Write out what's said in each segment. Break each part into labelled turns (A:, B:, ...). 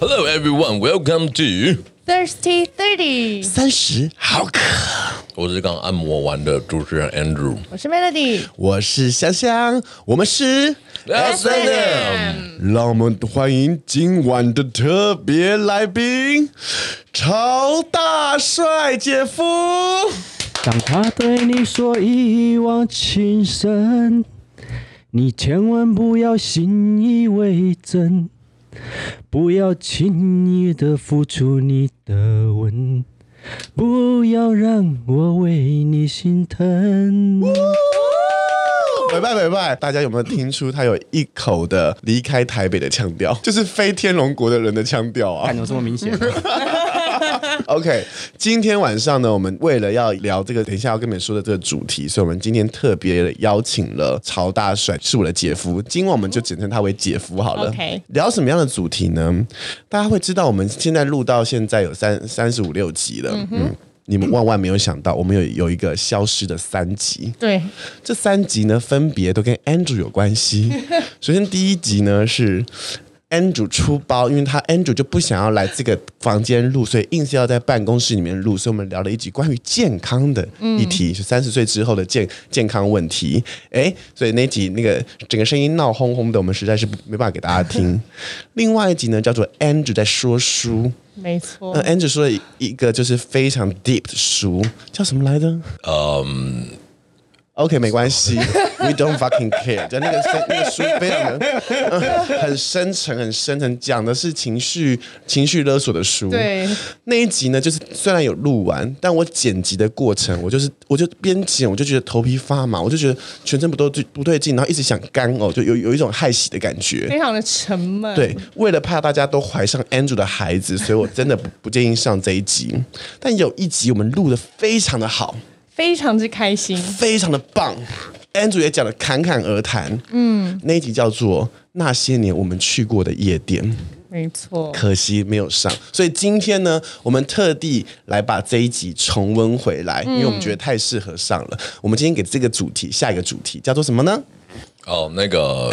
A: Hello everyone, welcome to
B: Thirsty Thirty，
C: 三十好渴。
A: 我是刚按摩完的主持人 Andrew。
B: 我是 Melody。
C: 我是香香，我们是，
A: That's it.
C: 让我们欢迎今晚的特别来宾，超大帅姐夫。
D: 当他对你说一往情深，你千万不要信以为真，不要轻易的付出你的吻，不要让我为你心疼。
C: 拜拜拜拜！大家有没有听出他有一口的离开台北的腔调，就是非天龙国的人的腔调啊
D: 看？有这么明显？
C: OK，今天晚上呢，我们为了要聊这个，等一下要跟你们说的这个主题，所以我们今天特别邀请了曹大帅，是我的姐夫，今晚我们就简称他为姐夫好了。
B: OK
C: 聊什么样的主题呢？大家会知道，我们现在录到现在有三三十五六集了，嗯。你们万万没有想到，我们有有一个消失的三集，
B: 对，
C: 这三集呢分别都跟 Andrew 有关系。首先第一集呢是 Andrew 出包，因为他 Andrew 就不想要来这个房间录，所以硬是要在办公室里面录，所以我们聊了一集关于健康的议题，就三十岁之后的健健康问题。哎，所以那集那个整个声音闹哄哄的，我们实在是没办法给大家听。另外一集呢叫做 Andrew 在说书。
B: 没错
C: 那。Andrew 呃说了一个就是非常 deep 的书，叫什么来着？
A: 嗯，
C: OK，没关系，We don't fucking care。在那个深那个书非常的、嗯很深沉，很深沉，讲的是情绪情绪勒索的书。
B: 对，
C: 那一集呢，就是虽然有录完，但我剪辑的过程，我就是我就边剪，我就觉得头皮发麻，我就觉得全身不都不对劲，然后一直想干呕，就有有一种害喜的感觉。
B: 非常的沉闷。
C: 对，，为了怕大家都怀上 Andrew 的孩子，所以我真的不不建议上这一集。 但有一集我们录的非常的好，
B: 非常之开心。
C: 非常的棒。Andrew 也讲的侃侃而谈，嗯，那一集叫做《那些年我们去过的夜店》，
B: 没错，
C: 可惜没有上，所以今天呢，我们特地来把这一集重温回来，因为我们觉得太适合上了。我们今天给这个主题下一个主题叫做什么呢？
A: 哦，那个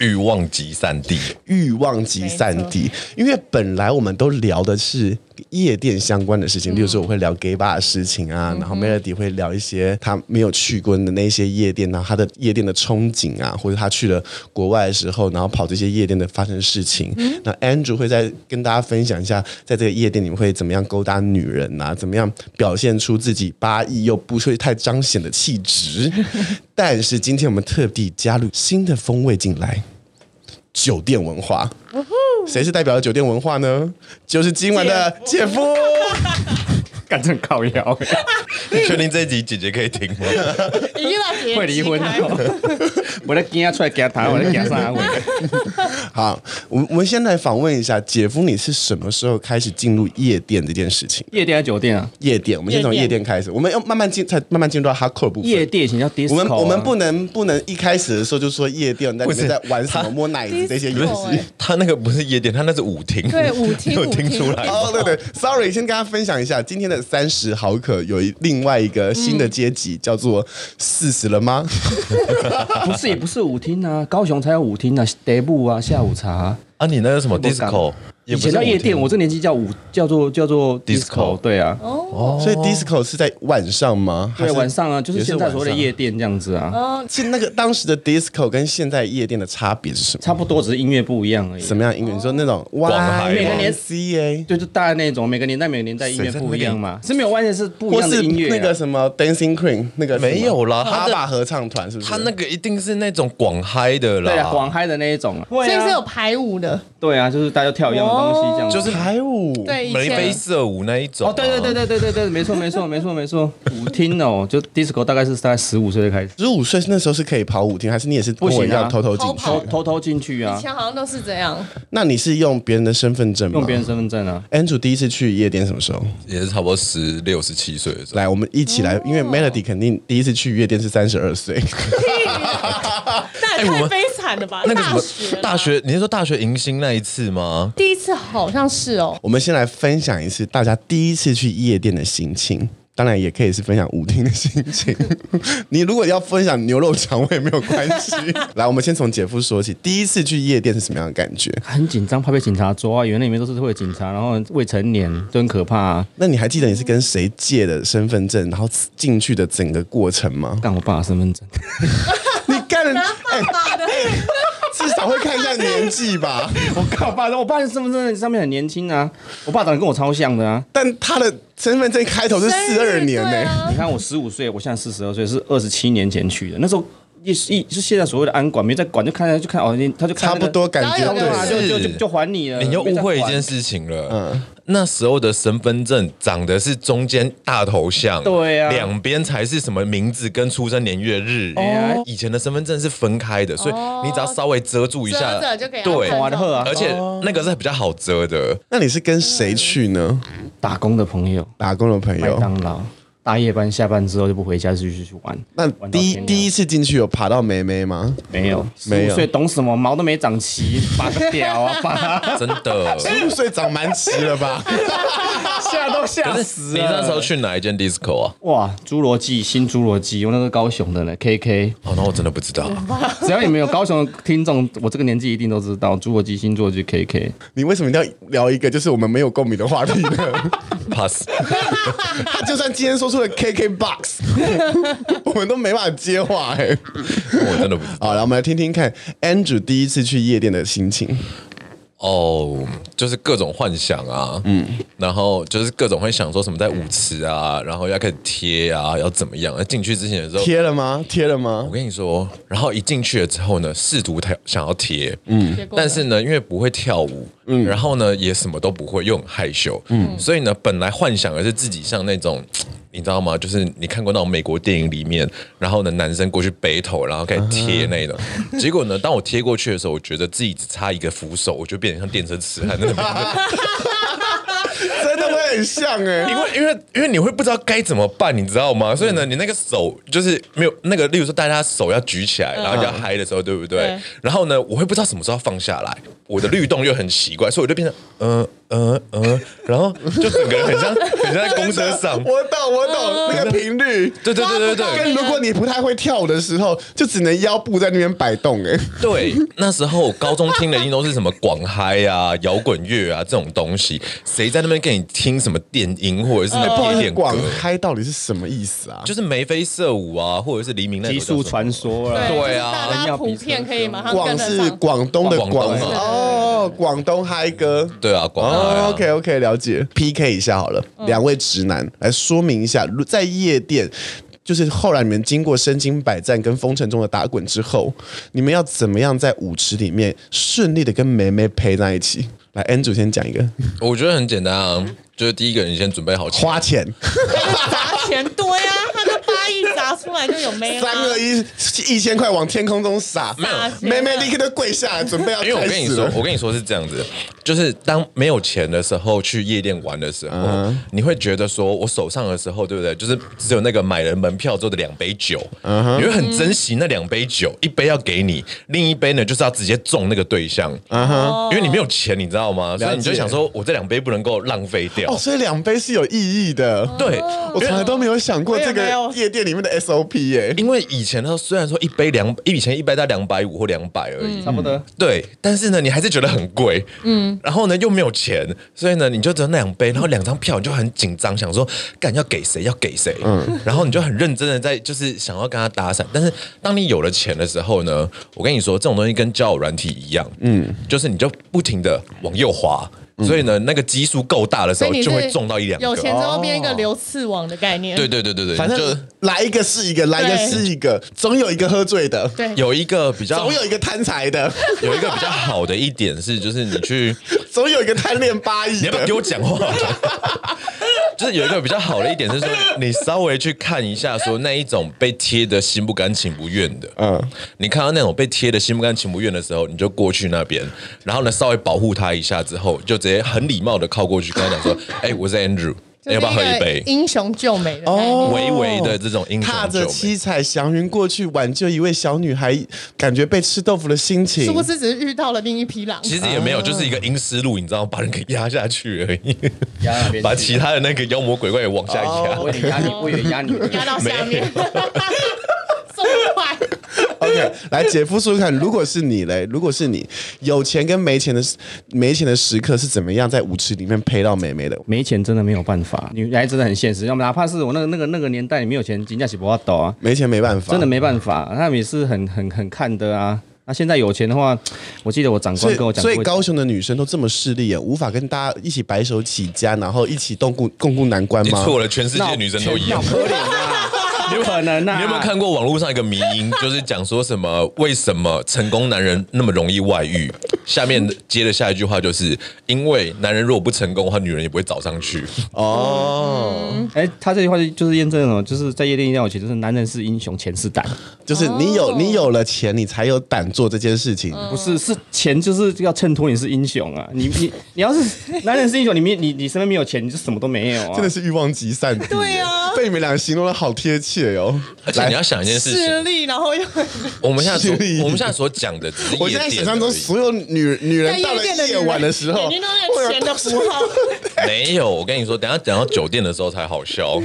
A: 欲望集散地，
C: 欲望集散地，因为本来我们都聊的是夜店相关的事情，例如说我会聊 gay bar 的事情啊，然后 Melody 会聊一些他没有去过的那些夜店，啊然后他的夜店的憧憬啊，或者他去了国外的时候，然后跑这些夜店的发生的事情。那 Andrew 会再跟大家分享一下，在这个夜店你们会怎么样勾搭女人啊，怎么样表现出自己八亿又不会太彰显的气质。但是今天我们特地加入新的风味进来。酒店文化。谁是代表了酒店文化呢？就是今晚的姐夫。
D: 干正靠 腰，
A: 你确定这一集姐姐可以听吗？
B: 已经把姐
D: 会离婚哦！我在惊出来惊 他，我在惊啥鬼？
C: 好，我们我们先来访问一下姐夫，你是什么时候开始进入夜店这件事情？
D: 夜店还是酒店啊？
C: 夜店，我们先从
B: 夜
C: 夜
B: 店
C: 店开始，我们要慢慢进，才慢慢进入到 hardcore 部分。
D: 夜店以前叫 disco，
C: 我们
D: 啊
C: 我们不能不能一开始的时候就说夜店在
A: 不
C: 你
A: 是
C: 们在玩什
A: 他
C: 么摸奶子这些游
B: 不是
C: 戏。
A: 他那个不是夜店，他那是舞厅。
B: 对舞 厅
A: 有听出来吗？
C: 哦，对对，sorry，先跟大家分享一下，今天的三十好可有一另外一个新的阶级，叫做四十了吗？
D: 不是也不是舞厅啊，高雄才有舞厅啊，debut 啊，下午茶啊、
A: 啊，你那个什么
D: 不敢
A: disco，也
D: 以
A: 不是
D: 前叫夜
A: 舞厅
D: 店，我这年纪叫舞，叫做叫做
A: Disco
D: disco，对啊，
C: 所以 disco 是在晚上吗？还
D: 对
C: 是
D: 晚上啊，就是
C: 也是
D: 现在所谓的
C: 晚上
D: 夜店这样子啊，
C: 其实那个当时的 disco 跟现在夜店的差别是什么？
D: 差不多只是音乐不一样而已。
C: 什么样的音乐？你说那种哇
A: 海
D: 每个年
C: C A，
D: 对，就大概那种，每个年代每个年代音乐不一样嘛，是没有完全是不一
C: 或
D: 样
C: 是
D: 的音乐、啊。
C: 那个什么 Dancing Queen 那个什么
A: 没有啦他
C: 哈
A: 的
C: 巴合唱团是不是？
A: 他那个一定是那种广嗨的啦，
D: 对啊，广嗨的那一种啊，
B: 所以
D: 对啊
B: 是有排舞的，
D: 对啊，就是大家跳一样的东西这样子。
A: 就是
C: 排舞，
B: 对，以
A: 眉飞
B: 前
A: 色舞那一种啊。
D: 哦，对对对对对对对，没错没错没错没错，舞厅哦，就 disco 大概是大概十五岁就开始，
C: 十五岁那时候是可以跑舞厅，还是你也是跟
D: 不行
C: 我
D: 啊
C: 一样偷偷进去？
B: 偷
D: 偷偷偷进去啊
B: 以，前好像都是这样，
C: 那你是用别人的身份证吗？
D: 用别人身份证啊。
C: Andrew 第一次去夜店什么时候？
A: 也是差不多十六十七岁的时候。
C: 来，我们一起
D: 哦
C: 来，因为 Melody 肯定第一次去夜店是三十二岁，哎
B: 那也
A: 我
B: 太
A: 们
B: 悲惨了吧？
A: 那个什
B: 大
A: 么
B: 学，
A: 大学，你是说大学迎新那一次吗？
B: 第一次好像是哦，
C: 我们先来分享一次大家第一次去夜店的心情。当然也可以是分享舞厅的心 情。你如果要分享牛肉肠胃没有关 系。来，我们先从姐夫说起，第一次去夜店是什么样的感觉？
D: 很紧张，怕被警察抓。原来里面都是会有警察，然后未成年，真可怕、啊。
C: 那你还记得你是跟谁借的身份证，然后进去的整个过程 吗？
D: 干我爸的身份证，
C: 你干了，
B: 爸爸的，
C: 至少会看一下年 纪吧。
D: 我靠，我爸，我爸的身份证上面很年轻啊，我爸长得跟我超像的啊。
C: 但他的身份证开头是四二年
B: 对
C: 欸呢、
B: 啊
D: 你看我十五岁，我现在四十二岁，是二十七年前去的。那时候一一是现在所谓的安管，没在管，就看他就看哦，你他就看
C: 差
D: 那个、
C: 不多感觉
B: 哪有
C: 对
B: 干
D: 对啊，
B: 嘛
D: 就就就是就还你了。
A: 你又误会一
D: 呃没在
A: 件
D: 管。
A: 事情了。那时候的身份证长的是中间大头像，
D: 对啊
A: 两边才是什么名字跟出生年月日。
D: 哦
A: 以前的身份证是分开的，所以你只要稍微遮住一下，
B: 遮着就可以
A: 对
B: 看，
D: 哇的喝啊！
A: 而且那个是比较好遮的。
C: 那你是跟谁去呢？
D: 打工的朋友，
C: 打工的朋
D: 麦
C: 友。
D: 当劳，大夜班下班之后就不回家，就去去玩。
C: 那
D: 玩到
C: 第一
D: 天亮
C: 第一次进去有爬到妹妹吗？
D: 没有，
A: 嗯
C: 没有
D: 所以懂什么毛都没长齐，拔个屌啊， 拔
A: 真的。
C: 十五岁长蛮直了吧？
D: 吓都 吓
A: 可是
D: 死
A: 你那时候
D: 了。
A: 去哪一间 disco 啊？
D: 哇，侏罗纪新侏罗纪，我那个高雄的呢，KK，
A: 哦，那我真的不知 道。
D: 只要你们有高雄的听众，我这个年纪一定都知道侏罗纪新侏罗纪 KK。
C: 你为什么一定要聊一个就是我们没有共鸣的话题 呢？
A: pass。
C: 他就算今天说出了 KK Box，我们都没办法接话哎、
A: 我真的不知道
C: 好，来我们来听听看 Andrew 第一次去夜店的心情。
A: 哦，就是各种幻想啊，嗯，然后就是各种会想说什么在舞池啊，然后要开始贴啊，要怎么样？那进去之前的时候，
C: 贴了吗？贴了吗
A: 我？跟你说，然后一进去了之后呢，试图他想要贴，
B: 结
A: 嗯，
B: 果呢
A: 但是呢，因为不会跳舞，嗯，然后呢也什么都不会，又很害羞，嗯，所以呢，本来幻想的是自己像那种。你知道吗？就是你看过那种美国电影里面，然后呢，男生过去背头，然后开始贴那 种。结果呢，当我贴过去的时候，我觉得自己只差一个扶手，我就变成像电车痴汉那种。
C: 真的会很像哎、
A: 因为因为因为你会不知道该怎么办，你知道吗？所以呢，你那个手就是没有那个，例如说大家手要举起
C: 嗯
A: 来，然后要嗨的时候，对不对
B: 对？
A: 然后呢，我会不知道什么时候要放下来，我的律动又很奇怪，所以我就变成嗯嗯嗯，然后就整个人很像很像在公车上，
C: 我懂，我懂、那个频率。
A: 对对对对
B: 哇
A: 对
B: 不
C: 跟如果你不太会跳舞的时候，就只能腰部在那边摆动哎、
A: 对。那时候高中听的一定都是什么广嗨啊、摇滚乐啊这种东西，谁在那边给你听什么电音或者是
C: 不
A: 那夜
C: 好意思，
A: 店歌
C: 广？嗨到底是什么意思啊？
A: 就是眉飞色舞啊，或者是黎明那首
D: 极
A: 叫什么
D: 速传说了，
A: 对啊
B: 就是大家普遍可以马上
C: 广
B: 跟得
C: 是
B: 上。
C: 广东的
A: 广
C: 广
A: 东啊
C: 哦，广东嗨歌。
A: 对啊，广嗨啊、
C: 哦、o k OK，了解。PK 一下好了，两位直男来说明一下，如在夜店，就是后来你们经过身经百战跟风尘中的打滚之后，你们要怎么样在舞池里面顺利的跟梅梅陪在一起？来，N 主先讲一个，
A: 我觉得很简单啊，就是第一个你先准备好钱，
C: 花钱。
B: 砸钱多呀，啊他就八亿砸出来就有没
C: 三二
B: 了。啊
C: 一，一千块往天空中撒，
B: 有
C: 妹妹立刻就跪下来，准备要
A: 因为我
C: 开
A: 跟你
C: 始
A: 说，
C: 了。
A: 我跟你说是这样子，就是当没有钱的时候去夜店玩的时
C: 嗯
A: 候，你会觉得说我手上的时候，对不对？就是只有那个买了门票之后的两杯酒，
C: 嗯
A: 你会很珍惜那两杯酒，一杯要给你，另一杯呢就是要直接中那个对象，
C: 嗯
A: 因为你没有钱，你知道吗？所以你就想说我这两杯不能够浪费掉
C: 哦，，所以两杯是有意义的。
A: 对，
C: 我从来都没有想过
B: 我也
C: 这
B: 没
C: 个
B: 有
C: 夜店里面的 SOP 耶、
A: 因为以前呢，虽然说一杯两，以前一杯在两百五或两百而已，
D: 差不多。
A: 对，但是呢，你还是觉得很贵，嗯，然后呢又没有钱，所以呢，你就只有那两杯，然后两张票，你就很紧张，想说干要给谁要给谁，嗯，然后你就很认真的在就是想要跟他搭讪，但是当你有了钱的时候呢，我跟你说，这种东西跟交友软体一样，嗯，就是你就不停的往右滑。
C: 嗯
A: 所以呢，那个基数够大的时
B: 所
A: 候
B: 以，你
A: 就是会中到一两个。哦
B: 有钱之后变一个流刺网的概念。
A: 对对对对对，
C: 反
A: 就
C: 正来一个是一个，来一个是一个，总有一个喝醉的，
B: 对，
A: 有一个 比较
C: 总有一个贪财的，
A: 有一个比较好的一点是，就是你去
C: 总有一个贪恋八亿
A: 你要不要
C: 的
A: 给。我讲话？ 就是有一个比较好的一点是说，你稍微去看一下，说那一种被贴的心不甘情不愿的，嗯，你看到那种被贴的心不甘情不愿的时候，你就过去那边， 然后呢稍微保护他一下之后，就直接很礼貌的靠过去跟他讲说，哎、我是 Andrew。要不要喝一杯
B: 英雄救美的概念
C: 哦
A: 微微的这种英雄
C: 踏
A: 救
C: 着
A: 美。
C: 七彩祥云过去挽救一位小女孩，感觉被吃豆腐的心情
B: 殊。不知只是遇到了另一匹狼。
A: 其实也没有，就是一个阴尸路，你知道，把人给压下去而已，
E: 压那边去
A: 把其他的那哦个妖魔鬼怪也往下压。
E: 我以为压你，我以为压你，
B: 压到下面， 这么快，
C: OK，来姐夫说说看，如果是你嘞，如果是你有钱跟没钱的没钱的时刻是怎么样在舞池里面配到美眉的？
D: 没钱真的没有办法，女孩真的很现实。要么哪怕是我那个那个那个年代，你没有钱，金价起不要抖啊，
C: 没钱没办法，
D: 真的。没办法。他们也是很很很看的啊。那现在有钱的话，我记得我长
C: 所
D: 官
C: 以
D: 跟我，讲
C: 所
D: 过一
C: 以
D: 句，
C: 高雄的女生都这么势利啊，无法跟大家一起白手起家，然后一起共共共共难关
A: 你
C: 吗？
A: 错了，全世界
D: 那
A: 女生都一样
D: 那。可怜啊，不可能 啊！
A: 你有没有看过网络上一个迷因， 就是讲说什么为什么成功男人那么容易外遇？下面接的下一句话就是因为男人如果不成功的话，女人也不会找上去。
B: 嗯
C: 哦，
D: 哎、他这句话就就是验证了，就是在夜店一定要有钱，就是男人是英雄，钱是胆，
C: 就是
B: 哦
C: 你有你有了钱，你才有胆做这件事情。
B: 嗯
D: 不是是钱就是要衬托你是英雄啊！你你你 要是男人是英雄，你没你你身边没有钱，你就什么都没有啊！
C: 真的是欲望集散地。对啊，被你们两个形容的好贴切哦。
A: 而且你要想一件事
B: 智
A: 情，
B: 力，然后又
A: 我们现在所
C: 势力
A: 我们现在所讲的只是
C: 我
A: 夜
C: 现在想
A: 店
C: 象
A: 而
C: 中
A: 已，
C: 所有女女
B: 在
C: 人到
B: 夜
C: 了
B: 店的女
C: 夜
B: 人
C: 晚的时候
B: 眼，睛都那个钱的符号，
A: 没有。我跟你说，等一下等到酒店的时候才好笑。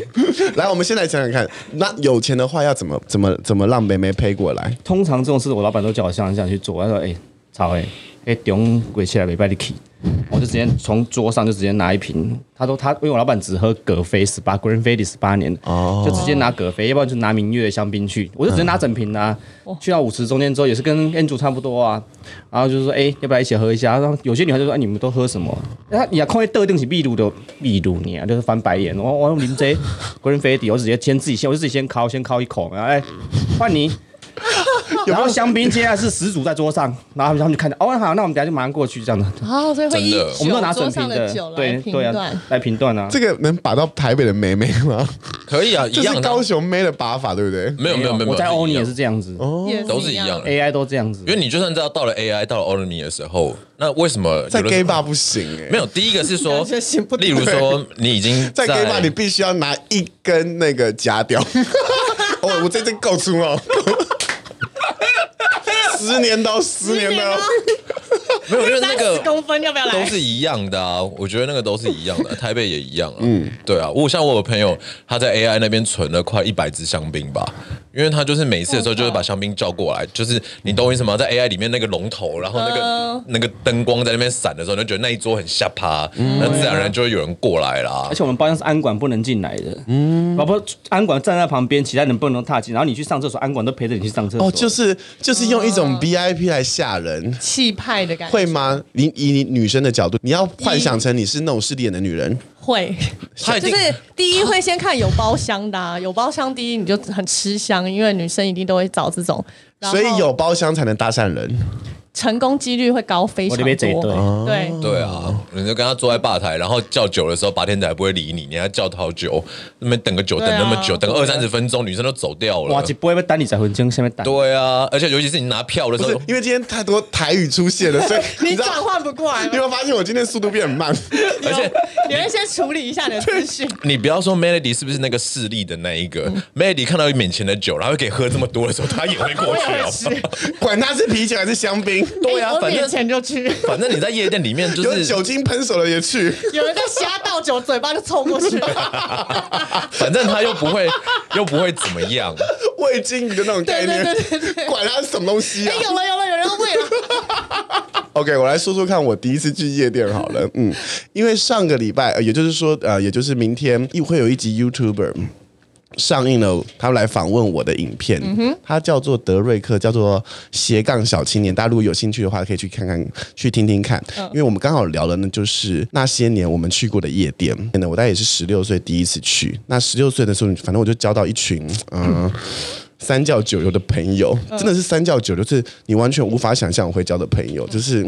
C: 来，我们先来想想看，那有钱的话要怎么怎么怎么让妹妹配过来？
D: 通常这种事，我老板都叫我想想去做。他说：“哎、操哎、哎、中鬼起来没拜你去。”我就直接从桌上就直接拿一瓶，他说他因为我老板只喝葛菲十八 Green Fady 十八年，哦，就直接拿葛菲，要不然就拿明月的香槟去，我就直接
A: 嗯
D: 拿整瓶啊。去到舞池中间之后，也是跟 N 组差不多啊，然后就是说，哎、要不要一起喝一下？然后有些女孩就说，哎、你们都喝什么？那你要啊看特定是秘鲁的秘鲁你啊，就是翻白眼，我我林 J Green Fady，我直接先自己先，我就自己先敲先敲一口，然后哎，换你。然后香槟接下来是十组在桌上，然后他们就看到，哦，好，那我们等下就马上过去这样的。
B: 啊，所以会
A: 真
B: 以
A: 的
D: 我们都拿
B: 酒
D: 整
B: 桌上
D: 瓶
B: 的酒来
D: 对
B: 评
D: 对啊
B: 断。，
D: 来评断啊。
C: 这个能把到台北的妹妹吗？
A: 可以啊，一
C: 这
A: 样
C: 是
A: 的啊。
C: 高雄妹的把法，对不对？
A: 没有没有没有，哦
D: 我在欧尼
A: 尼
D: 也是这哎样子
B: 也
A: 都是一样的。
D: ，AI 都这样子
A: 因。为你就算知道到了 AI 到了 o r m y 的时候，那为什么有的
C: 在 gay
A: 时候
C: bar 不行哎、
A: 没有？第一个是 说
B: 感觉行不，通
A: 例如说你已经
C: 在 gay bar 你必须要拿一根那个夹屌。 哦，我这这够粗哦， 十年刀，十年
B: 十年
C: 刀
B: 刀。
A: 没有，因为那
B: 三十
A: 个
B: 公分要不要来？
A: 都是一样的啊，我觉得那个都是一样 的，台北也一样啊。嗯，对啊，我像我有朋友，他在 AI 那边存了快一百支香槟吧，因为他就是每次的时候就是把香槟叫过来，就是你懂我意思吗？在 AI 里面那个龙头，然后那个、
B: 嗯
A: 那个灯光在那边闪的时候，你就觉得那一桌很下趴，那自然而然就会有人过来啦
D: 而。且我们包厢是安管不能进来的，嗯，包括安管站在旁边，其他人不能踏进。然后你去上厕所，安管都陪着你去上厕所。
C: 哦，就是就是用一种 VIP 来吓人，
B: 气派的感觉，
C: 会吗？你以你女生的角度，你要幻想成你是那种势利眼的女人，
B: 会，
A: 他一
B: 就
A: 定
B: 是第一会先看有包厢的、啊，有包厢第一你就很吃香，因为女生一定都会找这种，然后
C: 所以有包厢才能搭讪人。
B: 成功几率会高非
D: 我
B: 常
D: 这边这一对
B: 多。，对，
C: 哦
A: 对啊，你就跟他坐在吧台，然后叫酒的时候，吧天仔不会理你，你还叫他好久，那边等个酒，等
B: 对啊
A: 那么久，等二三十分钟，女生都走掉了
D: 哇，。一杯要等你十分钟，下面等。
A: 对啊，而且尤其是你拿票的时
C: 不是
A: 候，
C: 因为今天太多台语出现了，所以
B: 你
C: 知道
B: 转换不过来
C: 你有
B: 吗？
C: 没有发现我今天速度变很慢？
A: 而且
B: 你会先处理一下你的资讯，
A: 你不要说 Melody 是不是那个势力的那一个、m
C: 嗯
A: e l o d y 看到眼前的酒，然后给喝这么多的时候，他也会过
B: 我
A: 去
B: 也会
A: 啊。
B: 吃，
C: 管他是啤酒还是香槟，
A: 对啊，
B: 哎我
A: 反
B: 面
A: 正
B: 前就吃。
A: 反正你在夜店里面就
C: 有
A: 是
C: 酒，精喷手的也去。
B: 有人在瞎倒酒，嘴巴就凑过去，
A: 反正他又不会 又不会怎么样。
C: 味精的那种概念，
B: 对对对对
C: 管它是什么东西
B: 哎、
C: 啊、
B: 有了有了，有人要喂了。
C: OK，我来说说看，我第一次去夜店好了，嗯，因为上个礼拜，呃也就是说，呃，也就是明天又会有一集 YouTuber。上映了，他们来访问我的影片，
B: 嗯
C: 它叫做德瑞克，叫做斜杠小青年。大家如果有兴趣的话，可以去看看，去听听看。
B: 嗯
C: 因为我们刚好聊的呢，就是那些年我们去过的夜店。那我大概也是十六岁第一次去，那十六岁的时候，反正我就交到一群，嗯、三教九流的朋友，真的是三教九流，就是你完全无法想象我会交的朋友，就是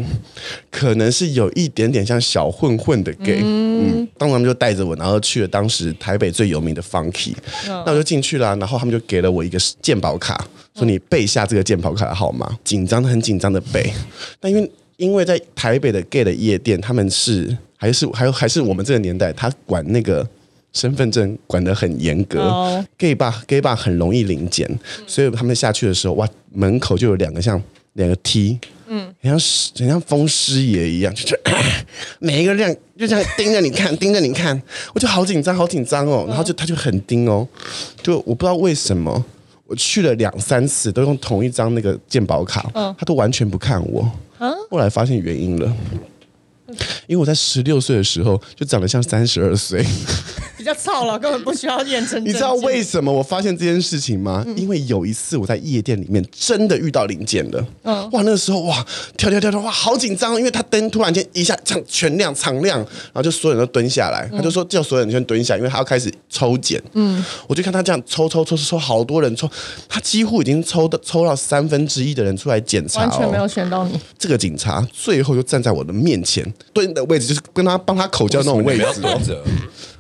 C: 可能是有一点点像小混混的 gay。嗯，当时他们就带着我，然后去了当时台北最有名的 Funky，那我就进去了，啊然后他们就给了我一个鉴宝卡，说你背下这个鉴宝卡的号码，紧张的很紧张的背，但因为因为在台北的 gay 的夜店，他们是还是还有还是我们这个年代，他管那个。身份证管得很严格、
B: 哦
C: g a y bar gay bar 很容易零检，所以他们下去的时候，哇，门口就有两个像两个梯，嗯，很像很像风师爷一样， 就是每一个人就这样盯着你看，盯着你看，我就好紧张，好紧张哦，然后就他就很盯哦，就我不知道为什么。我去了两三次，都用同一张那个健保卡，他都完全不看我。后来发现原因了，因为我在十六岁的时候就长得像三十二岁。
B: 比较操劳，根本不需要验证。嗯
C: 你知道为什么我发现这件事情吗？因为有一次我在夜店里面真的遇到零件了，
B: 嗯
C: 哇，那个时候哇，跳跳跳跳，哇，好紧张，因为他灯突然间一下这样全亮长亮，然后就所有人都蹲下来，
B: 嗯
C: 他就说叫所有人先蹲下，因为他要开始抽检，嗯，我就看他这样抽抽抽抽抽，好多人抽，他几乎已经抽到抽到三分之一的人出来检查、哦，
B: 完全没有选到你，
C: 这个警察最后就站在我的面前，蹲的位置就是跟他帮他口交那种位置
A: 为什么你们要
C: 哦
A: 蹲。着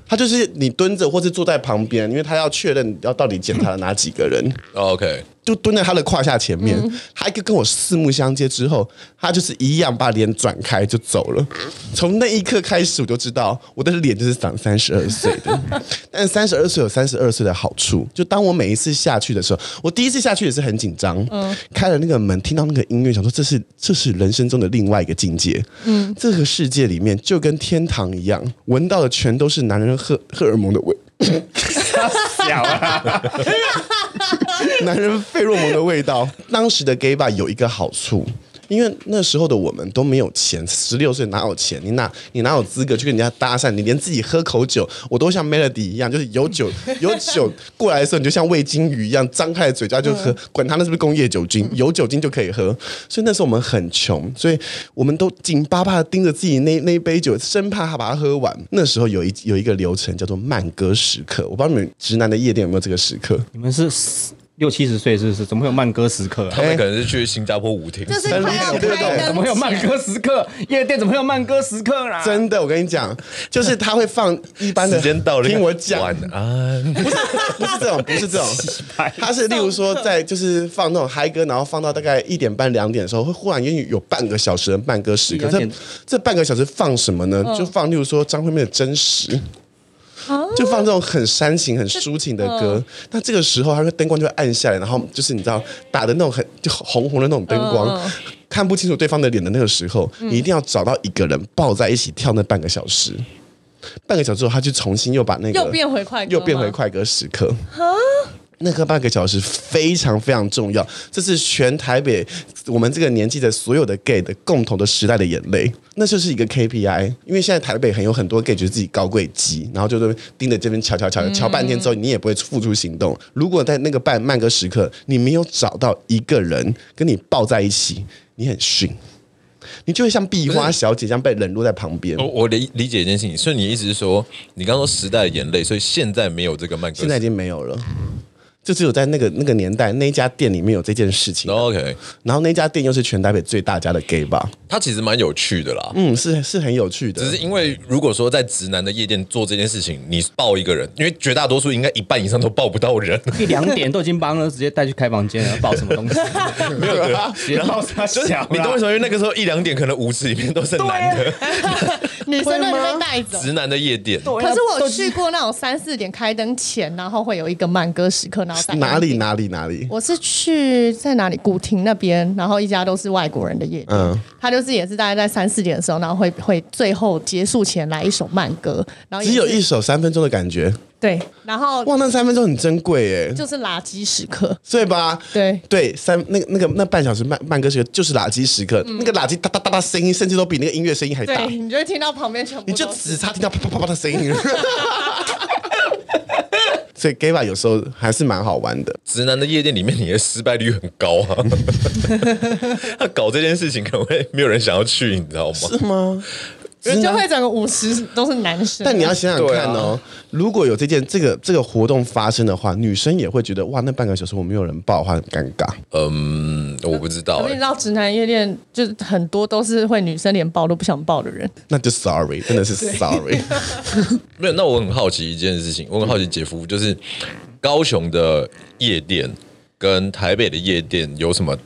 C: 他就是你蹲着或是坐在旁边，因为他要确认要到底检查了哪几个人，
A: 哦，OK，
C: 就蹲在他的胯下前面。他一个跟我四目相接之后，他就是一样把脸转开就走了。从那一刻开始，我就知道我的脸就是长三十二岁的。但三十二岁有三十二岁的好处，就当我每一次下去的时候，我第一次下去也是很紧张，开了那个门，听到那个音乐，想说这是这是人生中的另外一个境界，嗯，这个世界里面就跟天堂一样，闻到的全都是男人荷荷尔蒙的味。小啊， 男人费洛蒙的味道。当时的 gay bar 有一个好处。因为那时候的我们都没有钱，十六岁哪有钱？你哪你哪有资格去跟人家搭讪？你连自己喝口酒，我都像 Melody 一样，就是有酒 有酒过来的时候，你就像喂金鱼一样张开嘴巴就喝，管他那是不是工业酒精，有酒精就可以喝。所以那时候我们很穷，所以我们都紧巴巴的盯着自己那那一杯酒，生怕他把它喝完。那时候有一有一个流程叫做慢歌时刻，我不知道你们直男的夜店有没有这个时刻。
F: 你们是四六七十岁是不是？怎么会有慢歌时刻、啊
A: 他？们可能是去新加坡舞厅，
B: 就是快要
C: 对对
B: 开
C: 对
B: 灯
F: 怎么会有慢歌时刻？夜店怎么会有慢歌时刻啊
D: 啊
F: 啦？
C: 真的，我跟你讲，就是他会放一般的。
A: 时间到了，
C: 哎听我讲，
A: 晚安。
C: 不是不是这种，不是这 种，他是例如说在就是放那种嗨歌，然后放到大概一点半两点的时候，会忽然间有半个小时的慢歌时刻。
F: 两
C: 这
F: 点
C: 这半个小时放什么呢？
B: 嗯
C: 就放例如说张惠妹的《真实》。
B: 啊
C: 就放这种很煽情、很抒情的
B: 嗯
C: 歌，那这个时候，它会灯光就会暗下来，然后就是你知道打的那种很就红红的那种灯光，
B: 嗯
C: 看不清楚对方的脸的那个时候，你一定要找到一个人抱在一起跳那半个小时，半个小时之后，他就重新又把那个
B: 又变回快歌吗
C: 又变回快歌时刻。那个半个小时非常非常重要，这是全台北我们这个年纪的所有的 gay 的共同的时代的眼泪，那就是一个 KPI。因为现在台北很有很多 gay 觉得自己高贵鸡，然后就都盯着这边瞧瞧
B: 嗯
C: 瞧瞧半天之后，你也不会付出行动。如果在那个半慢歌时刻，你没有找到一个人跟你抱在一起，你很逊，你就会像壁花小姐这样被冷落在旁边
A: 我。我理理解一件事情，所以你意思是说，你刚刚说时代的眼泪，所以现在没有这个慢歌时
C: 现在已经没有了，就只有在那个那个年代那一家店里面有这件事情。
A: 哦 OK，
C: 然后那家店又是全台北最大家的 gay 吧，
A: 它其实蛮有趣的啦。
C: 嗯，是是很有趣的。
A: 只是因为如果说在直男的夜店做这件事情，你抱一个人，因为绝大多数应该一半以上都抱不到人，
F: 一两点都已经帮了，直接带去开房间了，抱什么东西？
A: 没有人。
F: 然后他
A: 就是
F: 小啦，啊
A: 你懂我意思吗？因为那个时候一两点可能舞池里面都是男的，
B: 女生都被带走。
A: 直男的夜店。
B: 可是我去过那种三四点开灯前，然后会有一个慢歌时刻，然后大家
C: 哪里？哪里哪里，
B: 我是去在哪里古亭那边，然后一家都是外国人的夜店，
C: 嗯
B: 他就是也是大概在三四点的时候，然后会会最后结束前来一首慢歌，然后也
C: 只
B: 是
C: 有一首三分钟的感觉，
B: 对，然后
C: 哇，那三分钟很珍贵耶，
B: 就是垃圾时刻，
C: 对吧？
B: 对
C: 对，三那个那个那半小时慢慢歌时刻就是垃圾时刻，那个垃圾哒哒哒哒声音，甚至都比那个音乐声音还大
B: 对，，你就会听到旁边全部
C: 你就
B: 都是
C: 只差听到啪啪啪啪的 声音。所以 gay 吧有时候还是蛮好玩的，
A: 直男的夜店里面，你的失败率很高啊！ 他搞这件事情可能会没有人想要去，你知道吗？
C: 是吗？啊
B: 就会整个五十都是男生，
C: 但你要想想看哦，
D: 啊
C: 如果有这件这个这个活动发生的话，女生也会觉得哇，那半个小时我没有人抱的话很尴尬。
A: 嗯，我不知道、
B: 可
A: 欸
B: 是你知。道直男夜店就是很多都是会女生连抱都不想抱的 人，
C: 那就 sorry，真的是 sorry。
A: 没有，那我很好奇一件事情，我很好奇姐夫，就是高雄的夜店跟台北的夜店有什么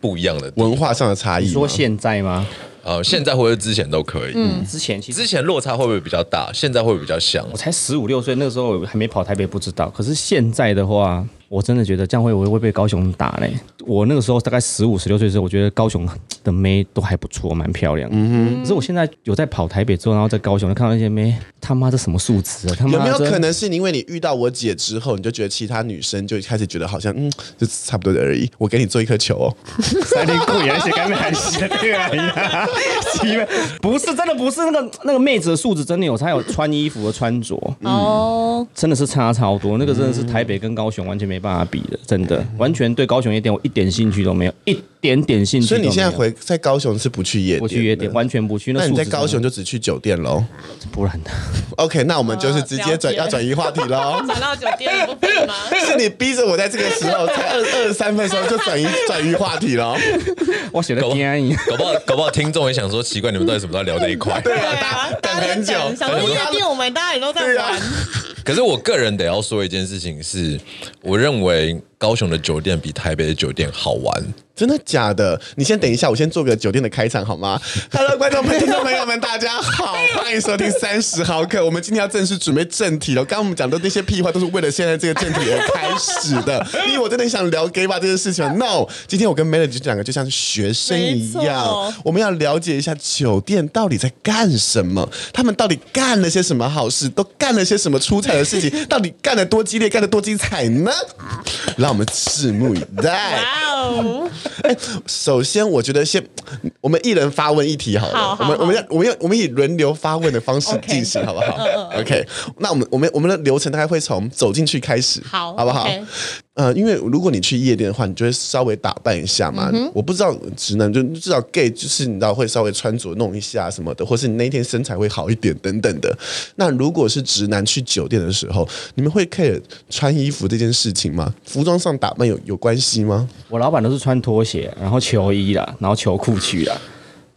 A: 不一样的？
C: 文化上的差
F: 你
C: 异吗，
F: 说现在吗？
A: 呃，现在或者之前都可以。嗯，
D: 之前其实
A: 之前落差会不会比较大？现在会不会比较像
D: 我？才十五六岁，那个时候还没跑台北，不知道。可是现在的话，我真的觉得这样会我会被高雄打嘞。我那个时候大概十五十六岁的时候，我觉得高雄的妹都还不错，蛮漂亮的。
C: 嗯
D: 可是我现在有在跑台北之后，然后在高雄看到那些妹，他妈这什么素质啊？他妈
C: 有没有
D: 这
C: 可能是你因为你遇到我姐之后，你就觉得其他女生就开始觉得好像嗯，就差不多的而已。我给你做一颗球哦，
D: 三 零裤眼，而且干面还洗的对啊，是因为不是真的不是那个那个妹子的素质真的有，她有穿衣服和穿着，
B: 哦，
D: 真的是差超多。那个真的是台北跟高雄完全没办法比的，真的完全对高雄夜店我一点兴趣都没有，一点点兴趣都
C: 所以
D: 没有。
C: 你现在回在高雄是不去夜店的，
D: 我去夜店完全不去，
C: 那
D: 素
C: 你
D: 质
C: 在
D: 真的
C: 高雄就只去酒店喽
D: 不然的，
C: ？OK，那我们
D: 啊
C: 就是直接转
B: 了解
C: 要转移话题 喽。
B: 转到酒店不可以吗？
C: 是你逼着我在这个时候才二二十三分的时候就转移转移话题喽。
D: 我写的
A: 搞不
D: 天意。
A: 搞不好，搞不好听众也想说，奇怪，你们到底什么时候聊这一 块？
C: 对
B: 对
C: 啊，
B: 啊，
C: 大
B: 大家
C: 家等
B: 在
C: 很久
B: 等，想说夜店我们大家也都在
C: 对啊
B: 玩，
A: 可是我个人得要说一件事情是，我认为高雄的酒店比台北的酒店好玩。
C: 真的假的？你先等一下，我先做个酒店的开场 好吗？Hello，观众朋友、听众朋友们，大家好， 欢迎收听三十毫克。我们今天要正式准备正题了。刚刚我们讲的那些屁话，都是为了现在这个正题而开始的。因为我真的很想聊 gay 吧这件事情 吗？No，今天我跟 Melody 这两个就像学生一
B: 没
C: 样
B: 错，
C: 我们要了解一下酒店到底在干什么，他们到底干了些什么好事，都干了些什么出彩的事 情，到底干得多激烈，干得多精彩呢？让我们拭目以待。
B: 哇哦，
C: 首先，我觉得先我们一人发问一题好了，
B: 好好
C: 我们
B: 好
C: 我们要我们要我们以轮流发问的方式
B: OK 嗯
C: 进行，好不好？OK，那我们我们我们的流程大概会从走进去开始，
B: 好
C: 好不好
B: OK
C: 呃，因为如果你去夜店的话，你就会稍微打扮一下嘛。
B: 嗯
C: 我不知道直男就至少 gay 就是你知道会稍微穿着弄一下什么的，或是你那一天身材会好一点等等的。那如果是直男去酒店的时候，你们会 care 穿衣服这件事情吗？服装上打扮有有关系吗？
D: 我老板都是穿拖鞋，然后球衣啦，然后球裤去啦。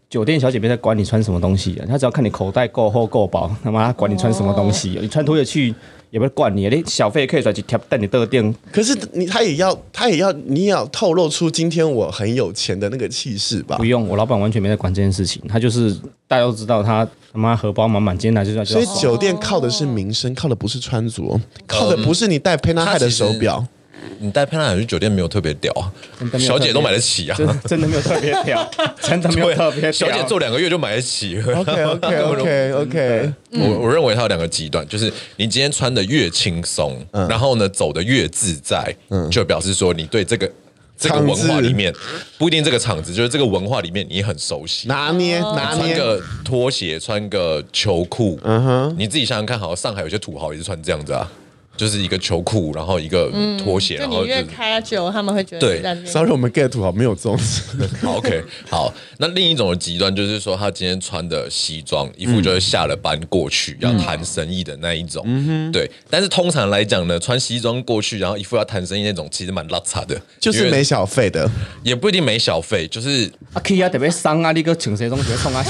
D: 酒店小姐别再管你穿什么东西了，啊她只要看你口袋够厚够饱，他妈她管你穿什么东西。啊你穿拖鞋去也不会管你，你小费可以转去贴带你到店。
C: 可是你他也要，他也要，你也要透露出今天我很有钱的那个气势吧
D: 不？用，我老板完全没在管这件事情，他就是大家都知道他他妈荷包满满，今天来就是要
C: 所以
D: 就要
C: 酒店靠的是名声，靠的不是穿着，靠的不是你戴 Panahai 的手表。
A: 你带潘娜去酒店没有特别屌啊
D: 真嗯的，没有
A: 小
D: 特别
A: 姐都买得起啊。
D: 真真的没有特别屌，真的没有
A: 对
D: 特别 屌。
A: 小姐做两个月就买得起。
C: OK OK OK OK，
D: 嗯
A: 我我认为它有两个极端，就是你今天穿的越轻松，
D: 嗯
A: 然后呢走的越自在，就表示说你对这个这个文化里面不一定这个场子，就是这个文化里面你很熟悉。
C: 拿捏拿
A: 穿
C: 捏。
A: 个拖鞋，穿个球裤，嗯哼，你自己想想看，好，上海有些土豪也是穿这样子啊，就是一个球裤，然后一个拖鞋，
B: 嗯就
A: 然后
B: 你
A: 就
B: 越
A: 是
B: 开久，他们会觉得
A: 对
B: 你在那边
C: Sorry，我们 get 土豪没有重视。
A: 好 OK，好，那另一种的极端就是说，他今天穿的西装，一副就是下了班过去、要谈生意的那一种，
C: 嗯
A: 对。但是通常来讲呢，穿西装过去，然后一副要谈生意那种，其实蛮邋遢的，
C: 就是
A: 因为
C: 没小费的，
A: 也不一定没小费，就是
D: 啊去啊特别伤啊，你个请谁东西送啊？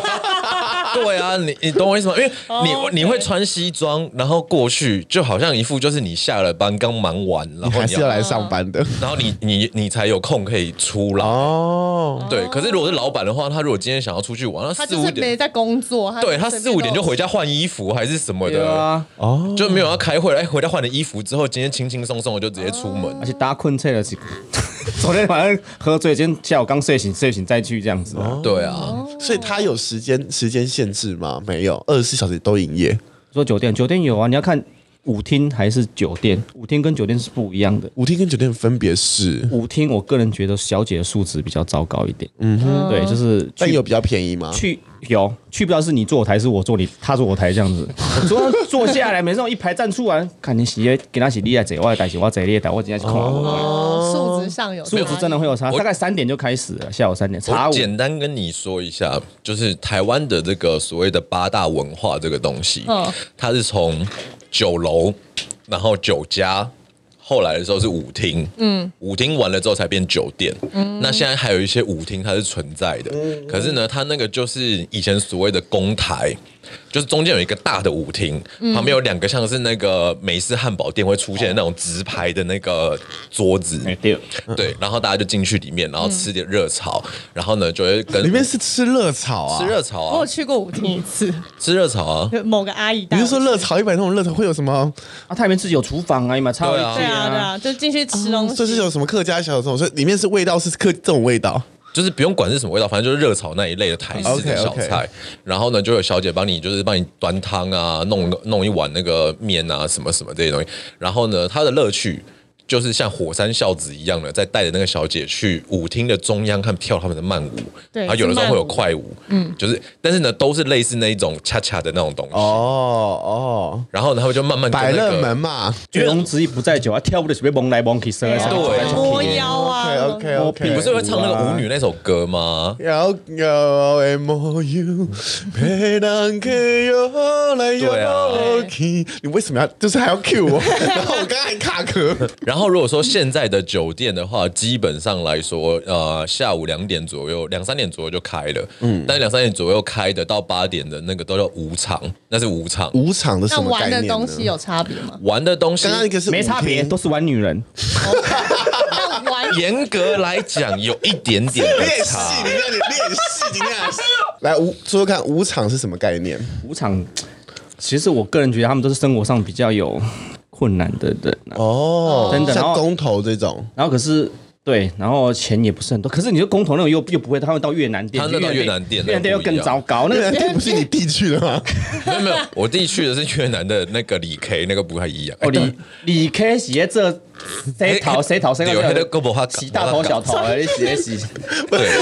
A: 对啊，你你懂我意思吗？因为你、
B: 哦
A: 你会穿西装，然后过去就好像一副就是你下了班刚忙完，然
C: 你
A: 后
C: 还
A: 你啊
C: 是要来上班的。
A: 然后你你你才有空可以出来。
C: 哦，
A: 对，可是如果是老板的话，他如果今天想要出去玩，那
B: 他
A: 四
B: 就
A: 五
B: 是没
A: 点，
B: 在工作，
A: 对他
B: 随
A: 四
B: 便
A: 五点
B: 都
A: 就回家换衣服还是什么
D: 对
A: 的，
D: 啊，
A: 就没有要开会。哎，回家换了衣服之后，今天轻轻松松的就直接出门
D: 而。且大家困睡了几， 昨天晚上喝醉，今天下午刚睡醒，睡醒再去这样子
B: 哦
D: 啊。
A: 对啊，
C: 哦所以他有时间时间限制吗？没有，二十四小时都营业。
D: 说酒店，酒店有啊，你要看舞厅还是酒店，舞厅跟酒店是不一样的。
C: 舞厅跟酒店分别是，
D: 舞厅，我个人觉得小姐的素质比较糟糕一点。嗯哼，对，就是
C: 但
D: 去
C: 有比较便宜吗？
D: 去有去不到是你坐我台，是我坐你，他坐我台这样子。我坐坐下来，每次我一排站出来，看你洗，给他洗厉害贼，我改洗，我贼厉害，我今天去看我。
B: 哦素质上有
D: 素质真的会有差，
A: 我
D: 大概三点就开始了，下午三点茶
A: 我
D: 舞。
A: 简单跟你说一下，就是台湾的这个所谓的八大文化这个东西，
B: 嗯
A: 它是从酒楼，然后酒家。后来的时候是舞厅，嗯，舞厅完了之后才变酒店，嗯，那现在还有一些舞厅它是存在的，可是呢，它那个就是以前所谓的公台，就是中间有一个大的舞厅，旁边有两个像是那个美式汉堡店会出现的那种直排的那个桌子，
D: 哎对，
A: 对，然后大家就进去里面，然后吃点热炒，然后呢就会跟
C: 里面是吃热炒啊
A: 吃？热炒
B: 我有
A: 啊，
B: 去过舞厅一次，
A: 吃热炒啊，
B: 某个阿姨带
C: 你
B: 我
C: 是说热炒一百那种热炒会有什么？
D: 啊，它里面自己有厨房啊，你买插回去
B: 对啊对啊，就进去吃东西，
C: 就是有什么客家小炒，所以里面是味道是客这种味道。
A: 就是不用管是什么味道，反正就是热炒那一类的台式的
C: OK，OK
A: 小菜。然后呢，就有小姐帮你，就是帮你端汤啊，弄弄一碗那个面啊，什么什么这些东西。然后呢，它的乐趣就是像火山孝子一样的，在带着那个小姐去舞厅的中央看跳他们的慢舞。
B: 对
A: 然后有的时候
B: 是慢舞
A: 会有快舞，嗯，就是但是呢，都是类似那一种恰恰的那种东西。
C: 哦哦，
A: 然后呢，他们就慢慢跟
C: 百
A: 那
C: 乐
A: 个
C: 门嘛。
D: 醉翁之意不在酒啊，跳舞的随便蒙来蒙去，伸来伸去，
A: 对
B: 摸腰啊
C: OK OK
A: 你
C: OK，
A: 不是会唱那个舞女那首歌吗？
C: 要要 M O U，陪人客摇来摇去。你为什么要就是还要 Q 我？然后我刚才还卡壳。
A: 然后如果说现在的酒店的话，基本上来说，呃，下午两点左右、两三点左右就开了，嗯，但是两三点左右开的到八点的那个都叫无场，那是无场。
C: 舞场的什
B: 那
C: 么概
B: 玩
C: 念
B: 的
C: 呢？
B: 东西有差别 吗？
A: 玩的东西
C: 刚，刚那个是舞
D: 没差别，
C: 厅
D: 都是玩女人。
B: 那玩
A: 严格来讲有一点点的
C: 练
A: 差。
C: 戏，你让你练戏，你练戏。来舞说说看，舞场是什么概念？
D: 舞场，其实我个人觉得他们都是生活上比较有困难的人啊、
C: 哦，
D: 真的然
C: 像
D: 后
C: 公投这 种，
D: 然后可是对，然后钱也不是很多，可是你说工头那种又又不会，他们到越南店，
A: 他那到
D: 越
A: 越南店
D: 越南店
A: 那
D: 又
A: 不一样
D: 更糟糕，那
C: 那
D: 个。
C: 这不是你地区的吗？
A: 没有没有，我弟去的是越南的那个李 K，那个不太一样。 哎
D: 哦，李李 K 洗在这谁逃谁逃谁
A: 有那个胳膊花
D: 洗大头小头啊，你洗洗，
B: 是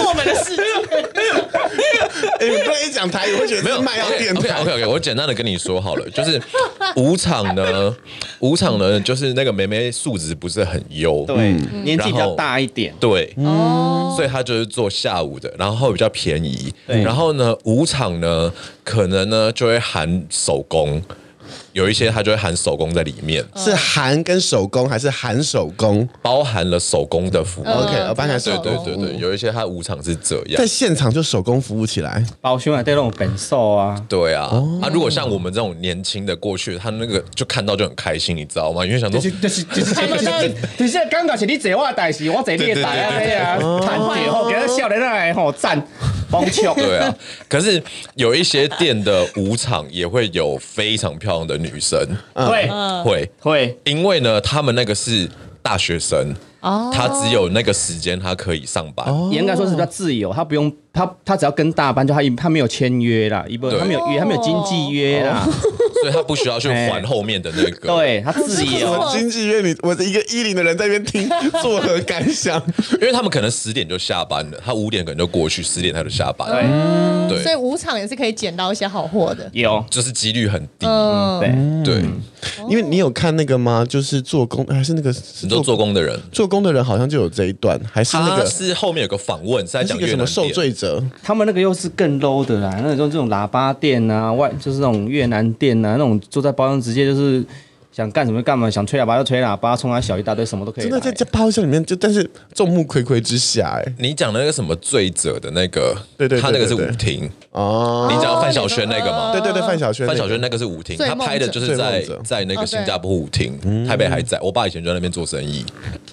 B: 我们的世界，
C: 哎，你不然一讲台语，我会觉得
A: 没有
C: 是卖药啊电
A: OK
C: 台
A: OK。OK，我简单的跟你说好了，就是舞场呢， 舞场呢就是那个梅梅素质不是很优，
D: 对，年纪比
A: 嗯然
D: 较
A: 后
D: 大一点，
A: 对，所以他就是做下午的，然后比较便宜。
D: 对
A: 然后呢，舞场呢，可能呢就会含手工，有一些他就会含手工在里面，
C: 是韩跟手工还是韩手工
A: 包含了手工的服务。
D: 嗯
C: ？OK，呃，搬开手
A: 对
C: 工，
A: 对对
D: 哦
A: 对，有一些他舞场是这样
C: 在。现场就手工服务起来。
D: 包兄啊，带那种本寿啊，
A: 对啊，
C: 哦
A: 啊，如果像我们这种年轻的过去，他那个就看到就很开心，你知道吗？因为想说
D: 就，是就是就是就是， 就是感觉是你坐我的代志，我坐你的代啊，对啊，看到吼，给他笑脸来吼赞，帮笑，
A: 对啊，可是有一些店的舞场也会有非常漂亮的女生，
D: 会
A: 会
D: 会，
A: 因为呢，他们那个是大学生，他只有那个时间他可以上班，
C: 哦
D: 严格来说是比较自由，他不用他他只要跟大班就他一他没有签约啦，一不
A: 对
D: 他没有约，他没有经纪约啦，
A: 所以他不需要去还后面的那个。
D: 哦对他自由
C: 我。经纪约你，我一个一零的人在那边 听，作何感想？
A: 因为他们可能十点就下班了，他五点可能就过去，十点他就下班
D: 对
A: 了，
B: 所以
A: 对，
B: 舞场也是可以捡到一些好货的。
D: 有，
A: 就是几率很低。
D: 对，
A: 对，
C: 嗯因为你有看那个吗？就是做工还是那个
A: 你都做工的人，
C: 做工的人，好像就有这一段，还是那
A: 他
C: 个
A: 是后面有个访问是在
C: 还是
A: 讲
C: 一个
A: 越
C: 什么
A: 南
C: 受
A: 店。
C: 罪者？
D: 他们那个又是更 low 的啦，那种这种喇叭店啊，外就是那种越南店啊，那种坐在包厢直接就是想干什么就干嘛，想吹喇叭就吹喇叭，冲他小一大堆，什么都可以
C: 真
D: 来。
C: 的在
A: 哎
C: 这包厢里面，就但是众目睽睽之下、哎，
A: 你讲那个什么罪者的那个，
C: 对对对
A: 他那个是
C: 对对
A: 舞厅。
C: 哦，
A: 你讲范晓萱那个吗
C: 对？对对，范晓萱、
A: 范晓萱那个是舞厅，
B: 醉
A: 他
B: 梦者
A: 拍的就是在
C: 醉梦者
A: 在那
B: 哦
A: 个
B: 对
A: 新加坡舞厅，台北还在。我爸以前就在那边做生意，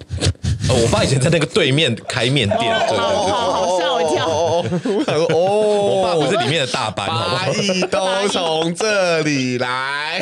A: 呃我爸以前在那个对面开面店，对对对。
B: 好好吓我一跳，
C: 哦，我想说，哦，
A: 我爸不是里面的大班，好不
C: 八
A: 好？
C: 亿都从这里 来。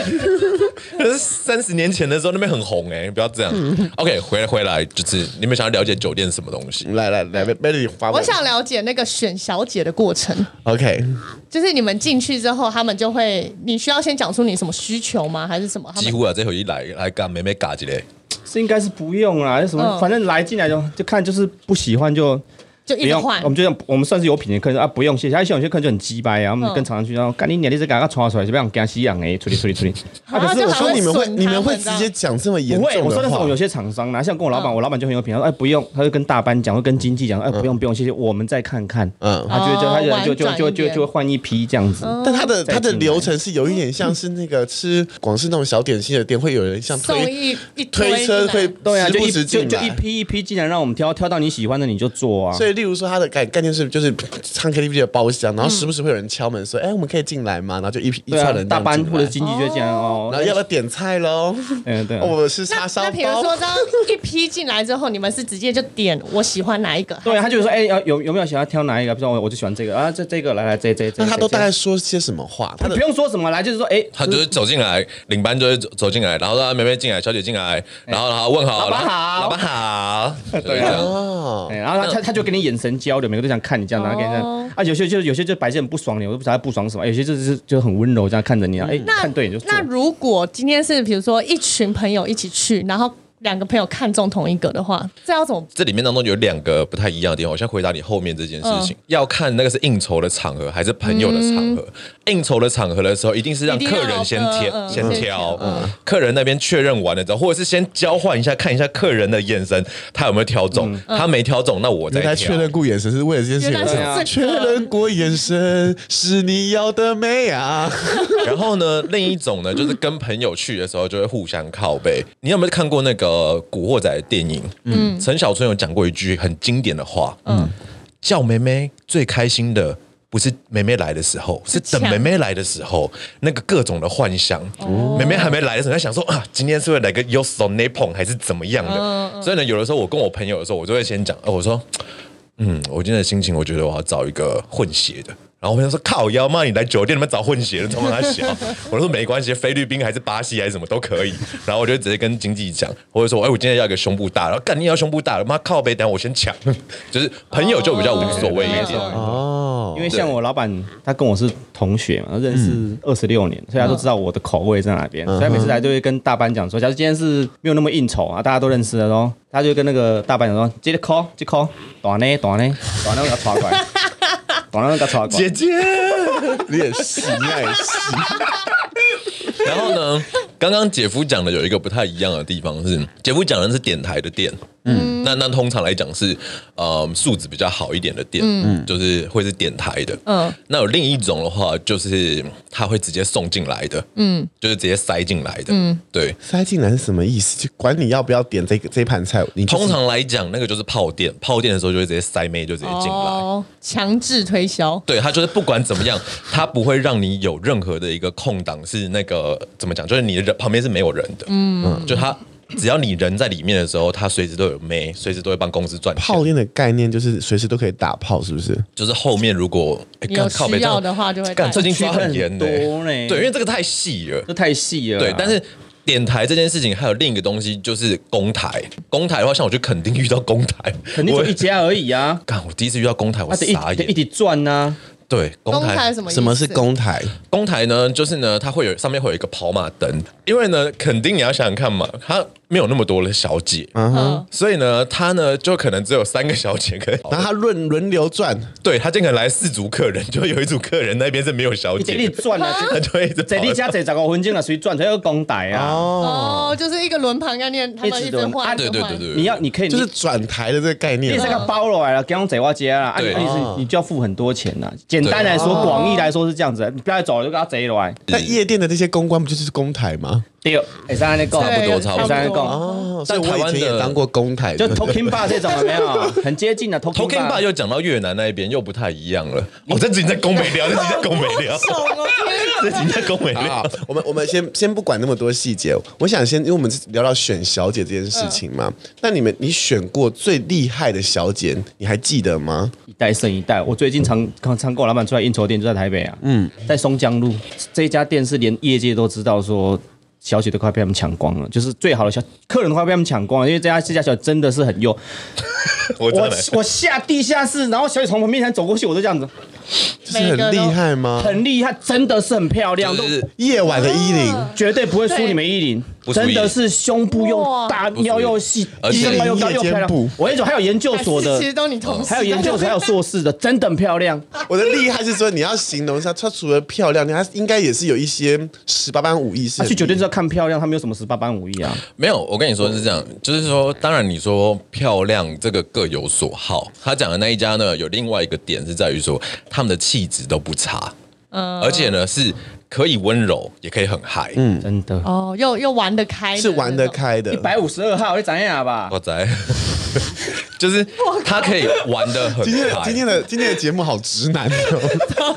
A: 可是三十年前的时候，那边很红哎，不要这样。OK，回来回来，就是你们想要了解酒店什么东西？
C: 来来来，Melody 发问。
B: 我想了解那个选小姐的过程，
C: ，OK，
B: 就是你们进去之后，他们就会，你需要先讲出你什么需求吗？还是什么？他
A: 几
B: 们
A: 乎啊，这回一来来干妹妹嘎几嘞，
D: 是应该是不用啦，什么、
B: 嗯
D: 反正来进来就就看，就是不喜欢就。
B: 就
D: 不
B: 一直
D: 用
B: 换，
D: 我们就这样，我们算是有品的客人啊，不用谢谢。而且有些客人就很鸡掰啊，我们
B: 嗯
D: 跟常常去，然后干你娘，你这赶快穿出来，是不是给他吸氧哎，处理处理处理。
B: 啊
C: 可是
B: 就
C: 我
B: 好
C: 说
B: 像
C: 你们会
B: 损他
C: 你们会直
B: 这样
C: 接讲这么严
D: 不
C: 重
D: 会，
C: 的话？嗯
D: 我说那时候有些厂商啦，啊像跟我老板，我老板就很有品，他说哎不用，他就跟大班讲，会跟经纪讲，哎不用不用，谢谢，我们再看看。
C: 嗯，
D: 他就会叫他
B: 哦
D: 就就
B: 婉转
D: 就
B: 一
D: 就
B: 点
D: 就会换一批这样子。
B: 嗯
C: 但他的
D: 再进
C: 他
D: 来
C: 的流程是有一点像是那个吃广式那种小点心的店，会有人像
B: 送
C: 推
B: 一一
C: 推车会
B: 会
D: 对啊，
C: 时
D: 就
C: 不
D: 一
C: 时
D: 就
C: 进
D: 就一
C: 来。
D: 批一批进来，让我们挑挑到你喜欢的你就做啊。
C: 所以例如说它的概概念是就是唱 KTV 的包厢，然后时不时会有人敲门说，哎，我们可以进来吗？然后就一批一
D: 对
C: 串
D: 啊，
C: 人这
D: 大
C: 样
D: 班
C: 进
D: 或者
C: 来
D: 经济就这样哦，
C: 然后要不要点菜喽？
D: 嗯对啊
C: 哦 我是
B: 那
C: 叉烧包。
B: 那比如说，当一批进来之后，你们是直接就点我喜欢哪一个？
D: 对，他
B: 还是
D: 就说，哎，要有有没有想要挑哪一个？比如说我我就喜欢这个啊，这这个来来这这这。
C: 那他都
D: 这
C: 大概说些什么话？他
D: 这
C: 的
D: 不用说什么来，就是说，哎，
A: 他就是走进来，领班就是走走进来，然后啊让妹妹进来，小姐进来，然后然后问好，
D: 老板
A: 然后
D: 好
A: 老板好，对
D: 对
A: 啊
D: 啊，
C: 哦，
D: 哎，然后他他他就跟你眼神交流，每个都想看你这样，然后跟你这
B: 哦
D: 样啊，有些就有些就白天很不爽你，我都不知道他不爽什么，有些就是就很温柔这样看着你啊，哎，看对眼就
B: 嗯
D: 做
B: 那如果今天是比如说一群朋友一起去，然后两个朋友看中同一个的话，这要怎么？
A: 这里面当中有两个不太一样的地方，我先回答你后面这件事
B: 嗯
A: 情，要看那个是应酬的场合还是朋友的场合。应酬的场合的时候，一定是让客人先
B: 嗯一定
A: 挑、
B: 要嗯
A: 先
B: 嗯
A: 挑，
B: 嗯
A: 客人那边确认完了之后，或者是先交换一下，看一下客人的眼神，他有没有挑中，他没挑中，那我再
C: 原来
A: 挑
C: 确。认过眼神是为了这件事情
B: 原
C: 而
B: 来是
C: 唱。
B: 这个
C: 确认过眼神是你要的美啊！
A: 然后呢，另一种呢，就是跟朋友去的时候就会互相靠背。你有没有看过那个《古惑仔》的电影？嗯，陈小春有讲过一句很经典的话，嗯，叫梅梅最开心的。不是梅梅来的时候，是等梅梅来的时候，那个各种的幻想。梅梅还没来的时候，在想说啊，今天是会来个 y o s o n a p o n 还是怎么样的？所以呢，有的时候我跟我朋友的时候，我就会先讲，哦，我说，嗯，我今天的心情，我觉得我要找一个混血的。然后我朋友说：“靠腰妈，你来酒店里面找混血的，他妈 小。”我说：“没关系，菲律宾还是巴西还是什么都可以。”然后我就直接跟经纪讲，我就说：“哎，我今天要一个胸部大的，然后干你要胸部大的，妈靠背，等下我先抢。” 就是朋友就比较无所谓一
D: 没
A: 点。
D: 错
C: 哦，
D: 因为像我老板，他跟我是同学嘛，认识
A: 嗯
D: 二十六年，所以他都知道我的口味在哪边，所以他每次来都会跟大班讲说，假如今天是没有那么应酬啊，大家都认识了咯，他就跟那个大班讲说，接着 call，接 call，短呢短呢短呢给他传过来， 短呢给他传过
A: 姐，
D: 来
A: 姐，
C: 你也是，哎你也是。
A: 然后呢，刚刚姐夫讲的有一个不太一样的地方是，姐夫讲的是电台的店，嗯，那那通常来讲是呃素质比较好一点的店，嗯，就是会是电台的，嗯，那有另一种的话，就是他会直接送进来的，嗯，就是直接塞进来的，嗯，对。
C: 塞进来是什么意思？就管你要不要点这个这盘菜，你就是
A: 通常来讲，那个就是泡店，泡店的时候就会直接塞妹，就直接进来。
B: 哦，强制推销。
A: 对他就是不管怎么样，他不会让你有任何的一个空档，是那个怎么讲，就是你的人旁边是没有人的，嗯，就他只要你人在里面的时候，他随时都有妹，随时都会帮公司赚钱。
C: 泡店的概念就是随时都可以打炮，是不是？
A: 就是后面如果哎
B: 你有
A: 干靠北
B: 需要
A: 这样
B: 的话就会带
A: 干，最近抓很严的、
D: 区分很多呢
A: 对，因为这个太细了，
D: 这太细了啊。
A: 对，但是。点台这件事情，还有另一个东西就是公台。公台的话，像我去垦丁遇到公台，
D: 肯定
A: 我
D: 就一家而已啊，
A: 干，我第一次遇到公台，我
D: 他得一
A: 傻
D: 得一
A: 眼。
D: 起转啊呐，
A: 对，公
B: 公
A: 台
B: 台什么意思？
C: 什么是公台？
A: 公台呢，就是呢，它会有上面会有一个跑马灯，因为呢，肯定你要想想看嘛，它没有那么多的小姐，
B: 嗯？
A: 所以呢，它呢就可能只有三个小姐可以。
D: 哦
C: 然后他轮轮流转，
A: 对，它竟然来四组客人，就有一组客人那边是没有小
D: 一
A: 姐
D: 直一
A: 的，
D: 直转啊，
A: 他就会一直
D: 在
A: 跑
D: 你家在十五分钟啊，谁转才要公台啊？
B: 哦，就是一个轮盘概念，他们一直
D: 轮
B: 换，
D: 啊
B: 一直
A: 对对对
B: 换
A: 对，对
D: 你要你可以
C: 就是转台的这个概
D: 你
C: 念
D: 这。个包了来了，给我在我家啦，啊，
A: 对
D: 你是你就要付很多钱呐。简单来说，广义来说是这样子，你不要走了就给他贼来。
C: 那夜店的这些公关不就是公台吗？
D: 对，哎，三安那讲，
A: 差不多差不多
D: 三安讲，
C: 哦，所
A: 但
C: 以我以前
A: 台湾的
C: 也当过公台，
D: 就 Talking Bar 这种有没 有？很接近的
A: t o k i
D: Talking
A: n Bar 又讲到越南那一边又不太一样了。哦，这集你在攻北聊，这集在攻北 聊，这集在攻北
D: 啊
C: 好
A: 聊
C: 好。，我们我们先先不管那么多细节，我想先，因为我们是聊到选小姐这件
B: 嗯
C: 事情嘛。那你们你选过最厉害的小姐，你还记得吗？
D: 一代胜一代。我最近常常常跟我老板出来应酬店，就在台北啊，嗯，在松江路这一家店是连业界都知道说。小姐都快被他们抢光了，就是最好的小客人都快被他们抢光了，因为这家这家小姐真的是很优。
A: 我真
D: 我
A: 的
D: 我下地下室，然后小姐从我面前走过去，我就这样子，
C: 就是很厉害吗？
D: 很厉害，真的是很漂亮，
A: 就
D: 都
A: 是
C: 夜晚的衣领，
B: 啊
D: 绝对不会输你们依林
A: 不，输依
D: 真
A: 林
D: 的是胸部又大，
A: 输依林
D: 腰又细，
A: 而且
D: 身高又高
C: 夜
D: 又
C: 间
D: 漂亮
C: 部。
D: 我跟你说，还有研究所的
B: 其，实都你同事，
D: 还有研究所，还有硕士的，真的很漂亮。
C: 我的厉害是说，你要形容一下，她除了漂亮，她应该也是有一些十八般武艺是
D: 他
C: 很。
D: 去酒店就是要看漂亮，他没有什么十八般武艺啊。
A: 没有，我跟你说是这样，就是说，当然你说漂亮这个各有所好。他讲的那一家呢，有另外一个点是在于说，他们的气质都不差，而且呢是可以温柔，也可以很嗨。嗯，
D: 真的，
B: 哦，又又玩得开，
C: 是玩得。开的
D: 哎啊
A: 哦
D: 一。百五十二号，你怎样吧
A: 哇？塞， 就是他可以玩的很
C: 今天
A: 开
C: 今天的今天的节目好直男 哦，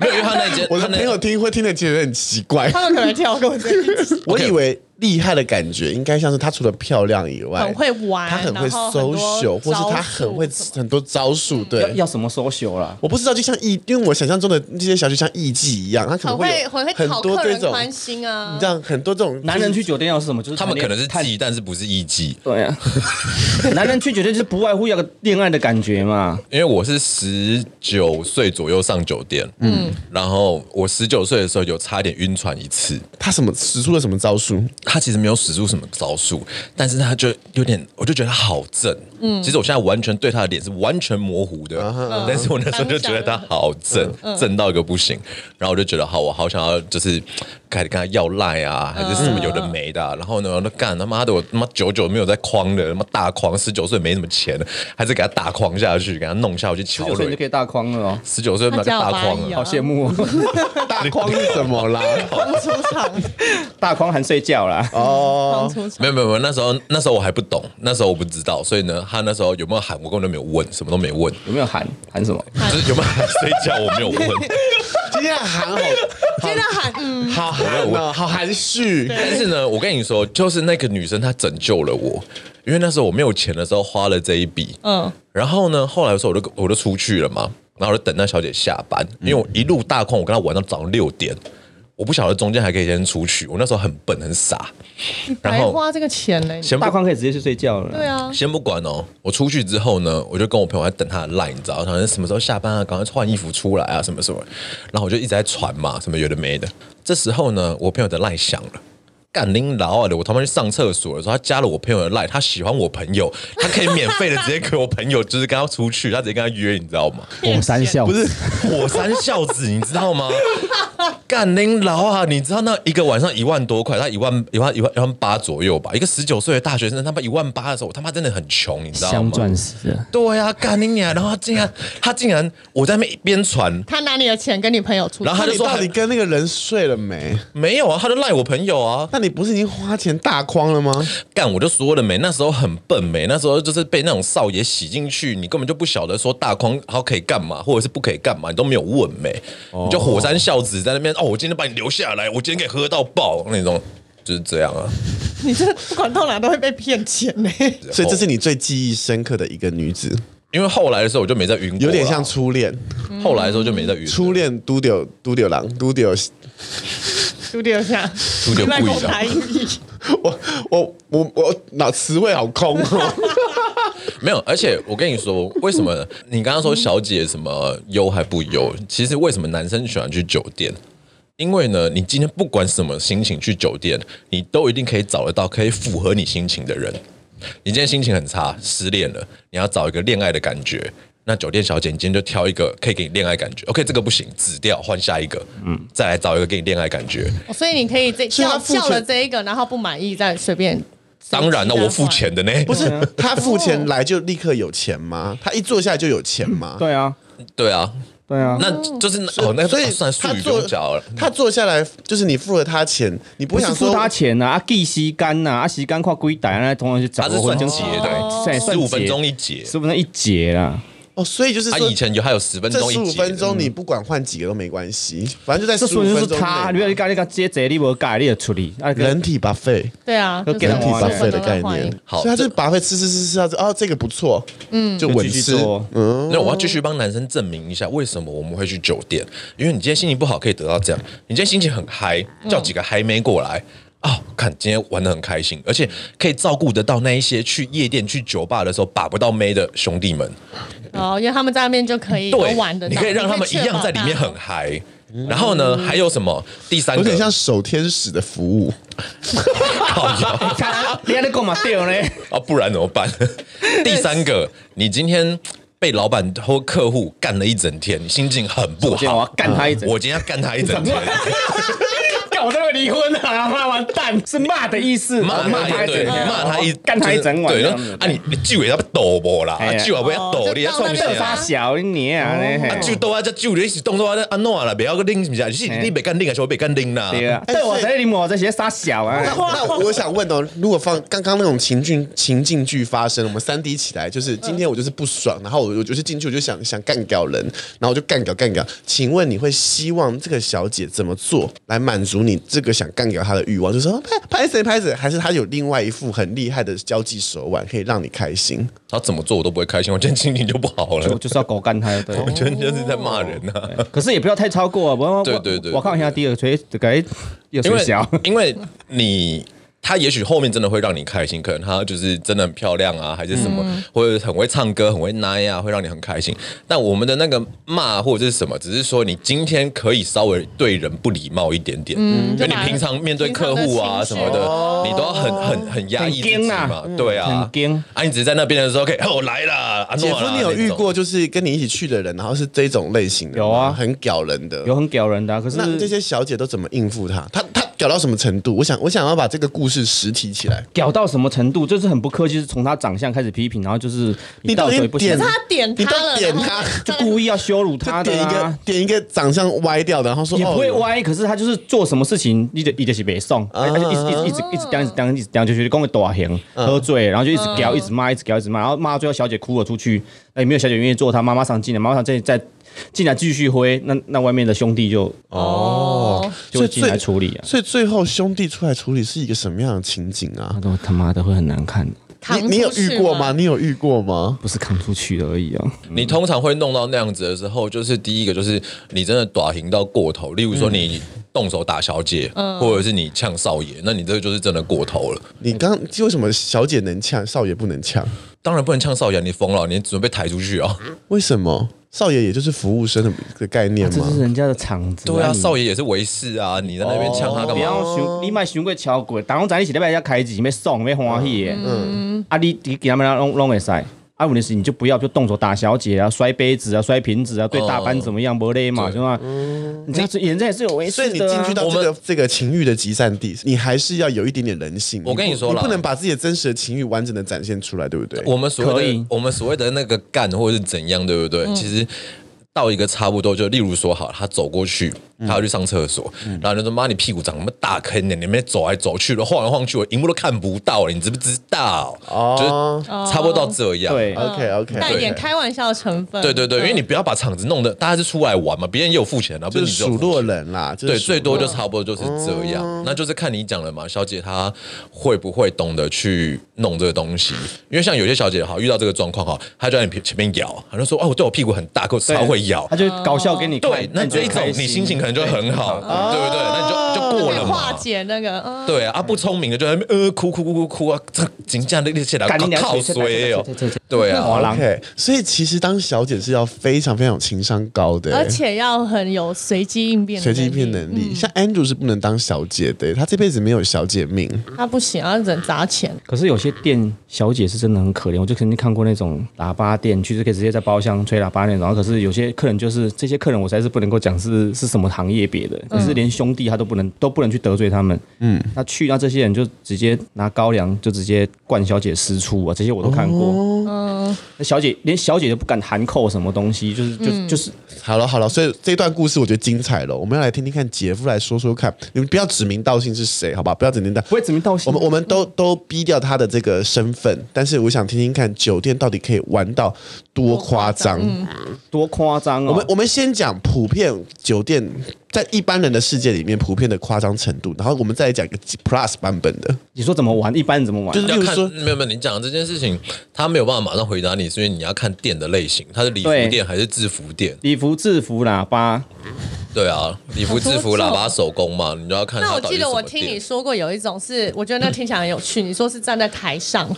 A: 没有，因为他那间
C: 我
A: 他
C: 的
A: 那
C: 朋友听会听得觉得很奇 怪。
B: 他们可能跳过这一集，
C: 我以为厉害的感觉应该像是她除了漂亮以外，
B: 很会玩，
C: 她很会
B: 然后很多
C: social，或是她很会
B: 招数什么嗯
C: 很多招数。
D: 要
C: 对，
D: 要什么 social 啦？
C: 我不知道，就像艺，因为我想象中的那些小姐像艺妓一样，她可能
B: 很会
C: 有
B: 很会
C: 很
B: 讨
C: 多
B: 客
C: 这
B: 人
C: 种，
B: 欢心啊
C: 你知。道很多这种
D: 男人
C: 就是
D: 去酒店要是什么？就是
A: 他们可能是
D: 谈恋
A: 妓，但是不是艺妓。
D: 对啊， 男人去酒店就是不外乎要个恋爱的感觉嘛。
A: 因为我是十九岁左右上酒店，嗯，然后我十九岁的时候有差点晕船一次。
C: 她什么使出了什么招数？
A: 他其实没有使出什么招数，但是他就有点，我就觉得他好正。嗯，其实我现在完全对他的脸是完全模糊的，
D: 啊
A: 但是我那时候就觉得他好正，正到一个不行。然后我就觉得好，我好想要就是开始跟他要赖啊，
D: 嗯
A: 还是什么有的没的啊、然后呢，我就干他妈的，我他妈久久没有在框的，他妈大框，十九岁没什么钱，还是给他大框下去，给他弄下去
D: 十
A: 桥
D: 九岁你就
A: 了
D: 可。以大框了哦，
A: 十九岁买个大框
B: 他家有八一
A: 了
B: 啊
D: 好，羡慕 哦。
C: 大框是什么啦？
B: 出场，
D: 大框含睡觉啦，
C: 哦
B: 刚出场，
A: 没有没有没有，那时候那时候我还不懂，那时候我不知道，所以呢，他那时候有没有喊我根本就没有问，什么都没问，
D: 有没有含含什么？
A: 就是有没有喊睡觉我没有问，
C: 今天喊好
B: 真的喊 嗯，
C: 好含哦，好含蓄。
A: 但是呢，我跟你说，就是那个女生她拯救了我，因为那时候我没有钱的时候花了这一笔，嗯，然后呢，后来的时候我就我就出去了嘛，然后我就等那小姐下班，因为我一路大空，我跟她玩到早上六点。我不晓得中间还可以先出去，我那时候很笨很傻，然
B: 白
A: 后
B: 花这个钱嘞，
A: 先不
D: 大框可以直接去睡觉了。
B: 对啊，
A: 先不管哦，我出去之后呢，我就跟我朋友在等他的 line，你知道，好像什么时候下班啊，赶快换衣服出来啊，什么什么。然后我就一直在传嘛，什么有的没的。这时候呢，我朋友的 line 响了。干拎老二的，我他妈去上厕所的时候，他加了我朋友的 line，他喜欢我朋友，他可以免费的直接给我朋友，就是跟他出去，他直接跟他约，你知道吗？
D: 火山笑
C: 不是，
A: 火山孝子，你知道吗？ 干拎老啊！你知道那一个晚上一万多块，他一万一万一万一万八左右吧。一个十九岁的大学生，他妈一万八的时候，我他妈真的很穷，你知道
D: 镶
A: 吗？
D: 钻石啊，
A: 对呀、啊，干你娘！然后他竟然，他竟然，我在那边一边传，
B: 他拿你的钱跟你朋友出，
A: 然后他就
C: 你
A: 说
C: 到底跟那个人睡了没？
A: 没有啊，他就赖我朋友啊，
C: 那你不是已经花钱大框了吗？
A: 干我就说了没，那时候很笨没，那时候就是被那种少爷洗进去，你根本就不晓得说大框好可以干嘛，或者是不可以干嘛，你都没有问没，
C: 哦
A: 你就火山孝子在那边哦，我今天把你留下来，我今天可以喝到爆那种，就是这样啊。
B: 你这不管到哪都会被骗钱嘞。
C: 所以这是你最记忆深刻的一个女子，
A: 因为后来的时候我就没在晕过啦，
C: 有点像初恋。
A: 后来的时候就没在晕了，
C: 初恋都丢都丢狼都丢，
B: 朱迪尔下，
A: 出点
B: 在
A: 故
B: 公
A: 意的。啊
B: 台语，
C: 我我我我脑词汇好空哦。
A: 没有，而且我跟你说，为什么你刚刚说小姐什么优还不优？其实为什么男生喜欢去酒店？因为呢，你今天不管什么心情去酒店，你都一定可以找得到可以符合你心情的人。你今天心情很差，失恋了，你要找一个恋爱的感觉。那酒店小姐，你今天就挑一个可以给你恋爱感觉。OK，这个不行，紫掉，换下一个。嗯，再来找一个给你恋爱感觉。
B: 哦所以你可以这
C: 所以他
B: 叫
C: 付钱
B: 叫了这一个，然后不满意再随便。
A: 当然了，我付钱的呢。
C: 嗯不是他付钱来就立刻有钱吗？他一坐下来就有钱吗？
D: 对啊，
A: 对啊，
D: 对啊。
A: 那就是哦，那
C: 所以
A: 哦算术
C: 他
A: 语
C: 坐
A: 就不讲了。
C: 他坐下来就是你付了他钱，你不
D: 不
C: 想
D: 是
C: 说
D: 付他钱呐，啊，寄吸干呐，啊，吸干跨龟蛋，那通常去找
A: 他是
D: 婚
A: 算
D: 前
A: 节的，
D: 哦算
A: 十五分钟一节。
D: 十五分钟一节啦。
C: 哦，所以就是
A: 他
C: 说
A: 以前有还有十分
C: 这
A: 钟一
C: 十五
A: 节
C: 分钟你不管换几个都没关系，反正就在
D: 这
C: 十五
D: 说明
C: 分
D: 就是
C: 钟
D: 他，你不要
C: 内
D: 你
C: 嘛。
D: 讲你讲这这你无改，你就处理。啊，
C: 人体 buffet，
B: 对啊，
D: 就
B: 就是
D: 给他
C: 人体
D: 换
B: 什么
C: buffet
B: 都
C: 的概
B: 在换
C: 念，
A: 好
C: 所以他
A: 这
C: 就 buffet 吃吃吃吃到哦，这个不错，嗯，就
D: 就
C: 稳
D: 继续
C: 吃，
D: 做。
A: 嗯那我要继续帮男生证明一下，为什么我们会去酒店？因为你今天心情不好，可以得到这样。你今天心情很嗨，
C: 嗯
A: 叫几个嗨妹过来啊、看今天玩的很开心，而且可以照顾得到那一些去夜店、去酒吧的时候把不到妹的兄弟们。
B: 哦，因为他们在那边就可以都
A: 对
B: 玩的，
A: 你可以让他们一样在里面
B: 哦
A: 很嗨。然后呢，
C: 嗯
A: 还有什么？第三
C: 有点像
A: 个
C: 守天使的服务。
A: 靠腰。
D: 看你还在干嘛掉呢？
A: 啊，不然怎么 办？第三个，你今天被老板或客户干了一整天，你心情很不
D: 我今天我要
A: 好。
D: 干他一整，
A: 我今天要干他一整天，
D: 干我在那会离婚的、啊，骂完蛋是骂的意思，
A: 骂
D: 骂
A: 他
D: 他
A: 一
D: 一整
A: 对，
D: 天，
A: 骂他一
D: 哦干他一整晚
A: 对，
D: 这
A: 然
D: 样
A: 后
D: 子。
A: 啊你你酒也要抖我啦，啊
D: 哎呀
A: 酒也不要抖，
B: 哦
A: 你要创
B: 就
A: 啥
B: 到那
A: 啊
B: 个？
D: 小你啊，
A: 啊
D: 嘿
A: 酒抖啊，这酒你是动作啊，这安怎啦？不要个拎什么啊？你是
D: 哎
A: 你别干拎啊，是我别干拎啦。
D: 对啊，
C: 哎
D: 对我
C: 所以
D: 在你我这些傻小啊，
C: 那那我想问哦，如果放刚刚那种情境情境剧发生，我们三 D 起来，就是今天我就是不爽，然后我我就是进去我就想想干掉人，然后我就干掉干掉。请问你会希望这个小姐怎么做来满足你这个想干掉她的欲望？就说拍拍谁拍谁，还是她有另外一副很厉害的交际手腕可以让你开心？
A: 他怎么做我都不会开心，我今天心情就不好
D: 就
A: 了。
D: 就是要狗干他，对。
A: 我觉得就是在骂人啊呐，
D: 可是也不要太超过啊，我我
A: 对对对
D: 我看一下第二锤，给
A: 因
D: 有谁
A: 为
D: 小？
A: 因为你。他也许后面真的会让你开心，可能他就是真的很漂亮啊，还是什么，
B: 嗯
A: 或者很会唱歌、很会奶啊，会让你很开心。但我们的那个骂或者是什么，只是说你今天可以稍微对人不礼貌一点点，因为你平常面对客户啊什
B: 嗯平常的情绪
A: 么
B: 哦
A: 的，你都要很很很压抑自己
D: 很
A: 嘛，对啊
D: 很惊，
A: 啊，你只是在那边的时候，可以哦我来啦，啊
C: 姐夫，你有遇？
A: 诺啦
C: 过就是跟你一起去的人，然后是这种类型的吗，
D: 有啊
C: 很屌人的，
D: 有很屌人的啊，可
C: 那这
D: 是
C: 些小姐都怎么应付她？她她屌到什么程度？我想我想要把这个故事实体起来。
D: 屌到什么程度？就是很不客气，是从他长相开始批评，然后就是
C: 你
D: 到
C: 都已
D: 嘴
C: 经
D: 不行
C: 点，
B: 可是他点
C: 你
B: 他
C: 都
B: 了
C: 点
B: 然后
C: 她，
D: 就故意要羞辱
C: 就
D: 他的
C: 点一个
D: 啊。
C: 点一个长相歪掉的，然后说
D: 也不会
C: 哦
D: 歪，可是他就是做什么事情，你就你就是别送，他就一直一直一直一直当一直当一直当，就是讲个大型喝醉，然后就一直屌，一直骂，一直屌，一直骂，然后骂到最后小姐哭了出去，那也没有小姐愿意做，他妈妈上进来，妈妈上进来再进来继续挥，那那外面的兄弟就
B: 哦，
D: 就进来处理啊，
C: 所以最后兄弟出来处理是一个什么样的情景啊
D: 那？都他妈的会很难看，
B: 扛
C: 你你有
B: 出去
C: 遇过吗？？你有遇过吗？
D: 不是扛出去而已啊，
A: 你通常会弄到那样子的时候，就是第一个就是你真的打赢到过头，例如说你动手打小姐，或者是你呛少爷，那你这个就是真的过头了。
C: 你刚为什么小姐能呛，少爷不能呛？
A: 当然不能呛少爷，你疯了，你准备抬出去哦。
C: 为什么？少爷也就是服务生的的概念
D: 啊这
C: 吗？
D: 是人家的场子，
A: 对啊，
D: 你
A: 少爷也是为事啊，你在那边呛他干
D: 不
A: 嘛？
D: 要想，你莫想过超过，打工仔你是咧要人家开钱，要爽，要欢喜的。嗯，啊你你给他们拢拢会使。啊，问题是你就不要就动手打小姐啊，摔杯子啊，摔瓶子啊，对大班怎么样，不累嘛，是吧？你这样子人家也是有为
C: 所以
D: 事
C: 你
D: 的
C: 进
D: 啊
C: 去。到
A: 我
C: 这
A: 们
C: 个这个情欲的集散地，你还是要有一点点人性。
A: 我跟你
C: 不
A: 说
C: 你
A: 啦
C: 不能把自己的真实的情欲完整的展现出来，对不对？
A: 我们所
D: 可
A: 谓
D: 以
A: 的我们所谓的那个干或者是怎样，对不对？
C: 嗯
A: 其实到一个差不多，就例如说好，他走过去，
C: 嗯
A: 他要去上厕所，然后就说：“妈，你屁股长那么大坑呢，你们走来走去的，晃来晃去，我荧幕都看不到了，你知不知道？”
C: 哦
A: 就是差不多到这样。
D: 对，
C: OK OK，
B: 带一点开玩笑的成分。
A: 对对对，因为你
B: 嗯
A: 不要把场子弄得大家是出来玩嘛，别人也有付钱啊，不
C: 就是是
A: 你只有付
C: 数
A: 钱
C: 落人啦，就是
A: 对，
C: 数
A: 最
C: 落
A: 多就差不多就是这样。那就是看你讲了嘛，小姐她会不会懂得去弄这个东西？因为像有些小姐哈，遇到这个状况哈，她就在你前面咬，她就说：“哦，对我屁股很大，可我超会咬
D: 他。就搞笑给你”看。
A: 对，那你就一走
D: 开，啊
A: 你心情可能就很好，对不对？那你就就过
B: 可
A: 了
B: 以化
A: 嘛。
B: 解那个，嗯，
A: 对啊，不聪明的就在那边呃哭哭哭哭哭啊，这紧张的那些来
D: 干你娘
A: 靠
D: 水
A: 水哦
D: 水水水水，
A: 对
D: 好
A: 啊，
D: 啦
C: OK，所以其实当小姐是要非常非常有情商高的、欸
B: 而且要很有随机应变，
C: 随机应变，能力。嗯像 Andrew 是不能当小姐的、欸他这辈子没有小姐命。
B: 他不行，他只能砸钱。
D: 可是有些店小姐是真的很可怜，我就曾经看过那种喇叭店，去就可以直接在包厢吹喇叭那种。然后可是有些客人就是这些客人，我实在是不能够讲是是什么行业别的，
C: 嗯
D: 可是连兄弟他都不能都不能去得罪他们。嗯，那去那这些人就直接拿高粱就直接灌小姐私处啊，这些我都看过。嗯，
C: 哦
D: 那小姐连小姐都不敢含扣什么东西，就是就、
C: 嗯
D: 就是
C: 好了好了，所以这段故事我觉得精彩了，我们要来听听看姐夫来说说看。你们不要指名道姓是谁，好吧？不要指名道
D: 不会怎么道歉。
C: 我们我们都都逼掉他的这个身份，但是我想听听看酒店到底可以玩到多夸张。嗯
D: 多夸张哦！
C: 我们我们先讲普遍酒店在一般人的世界里面普遍的夸张程度，然后我们再来讲一个 Plus 版本的。
D: 你说怎么玩？一般人怎么玩？
C: 就是
A: 要
C: 例如
A: 看
C: 说
A: 没有没有，你讲的这件事情，他没有办法马上回答你，所以你要看店的类型，它是礼服
D: 对
A: 店还是制服店？
D: 礼服、制服、喇叭，
A: 对啊，礼服、制服、
B: 好多种
A: 喇叭、手工嘛，你就要看
B: 那
A: 它
B: 我
A: 到底
B: 记
A: 是什
B: 得
A: 么
B: 我
A: 店。
B: 听你说过有一种是，我觉得那听起来很有趣。你说是站在台上，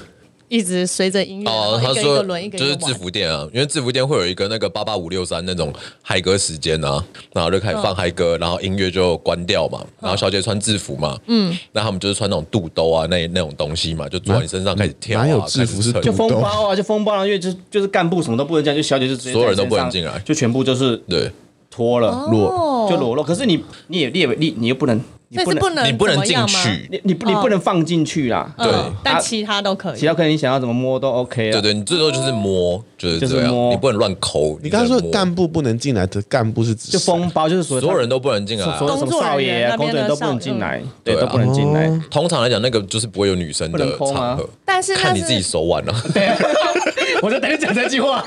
B: 一直随着音乐，
A: 哦，
B: 然
A: 他
B: 后一个一个
A: 说
B: 轮，一个一
A: 就是
B: 个
A: 制
B: 玩。
A: 服店啊，因为制服店会有一个那个八八五六三那种嗨歌时间啊，然后就
B: 嗯
A: 开始放嗨歌，然后音乐就关掉嘛，然后小姐穿制服嘛，嗯，那他们就是穿那种肚兜啊，那那种东西嘛，就坐在你身上开始跳啊，
C: 哪有制服是
A: 开始
D: 就
A: 蹭
D: 封包啊，就封包啊，因为就就是干部什么都不能这样，就小姐就直接
A: 所有人都
D: 在你身上
A: 不能进来
D: 就全部就是
A: 对，
D: 脱了，
B: 裸
D: 就裸露。可是你你也列为你你又不能，你
B: 所以
D: 不
B: 是不
D: 能，
B: 能哦
A: 你不能
B: 怎么
A: 进
B: 样吗，
A: 去，
D: 你你不你不能放进去啦。
B: 嗯
A: 对
B: 但其他都可以
D: 其。他可能你想要怎么摸都 OK
A: 对
D: 啊。
A: 对，你最多就是摸，就是
D: 就是
A: 这样，
D: 摸
A: 你不能乱抠。
C: 你刚刚说
A: 只能摸
C: 干部不能进来的干部是指
D: 就封包，就是所
A: 所有人都不能进来啊，
D: 所有什么少爷啊，
B: 工作
D: 工作
B: 人员
D: 人员都不能进来，对，都不能进来。
B: 哦
A: 通常来讲，那个就是不会有女生
D: 不
A: 的
D: 能抠吗
A: 场合，
B: 但是
A: 看
B: 那
A: 你
B: 是
A: 自己手腕了、啊。
D: 我就等你讲这 句话，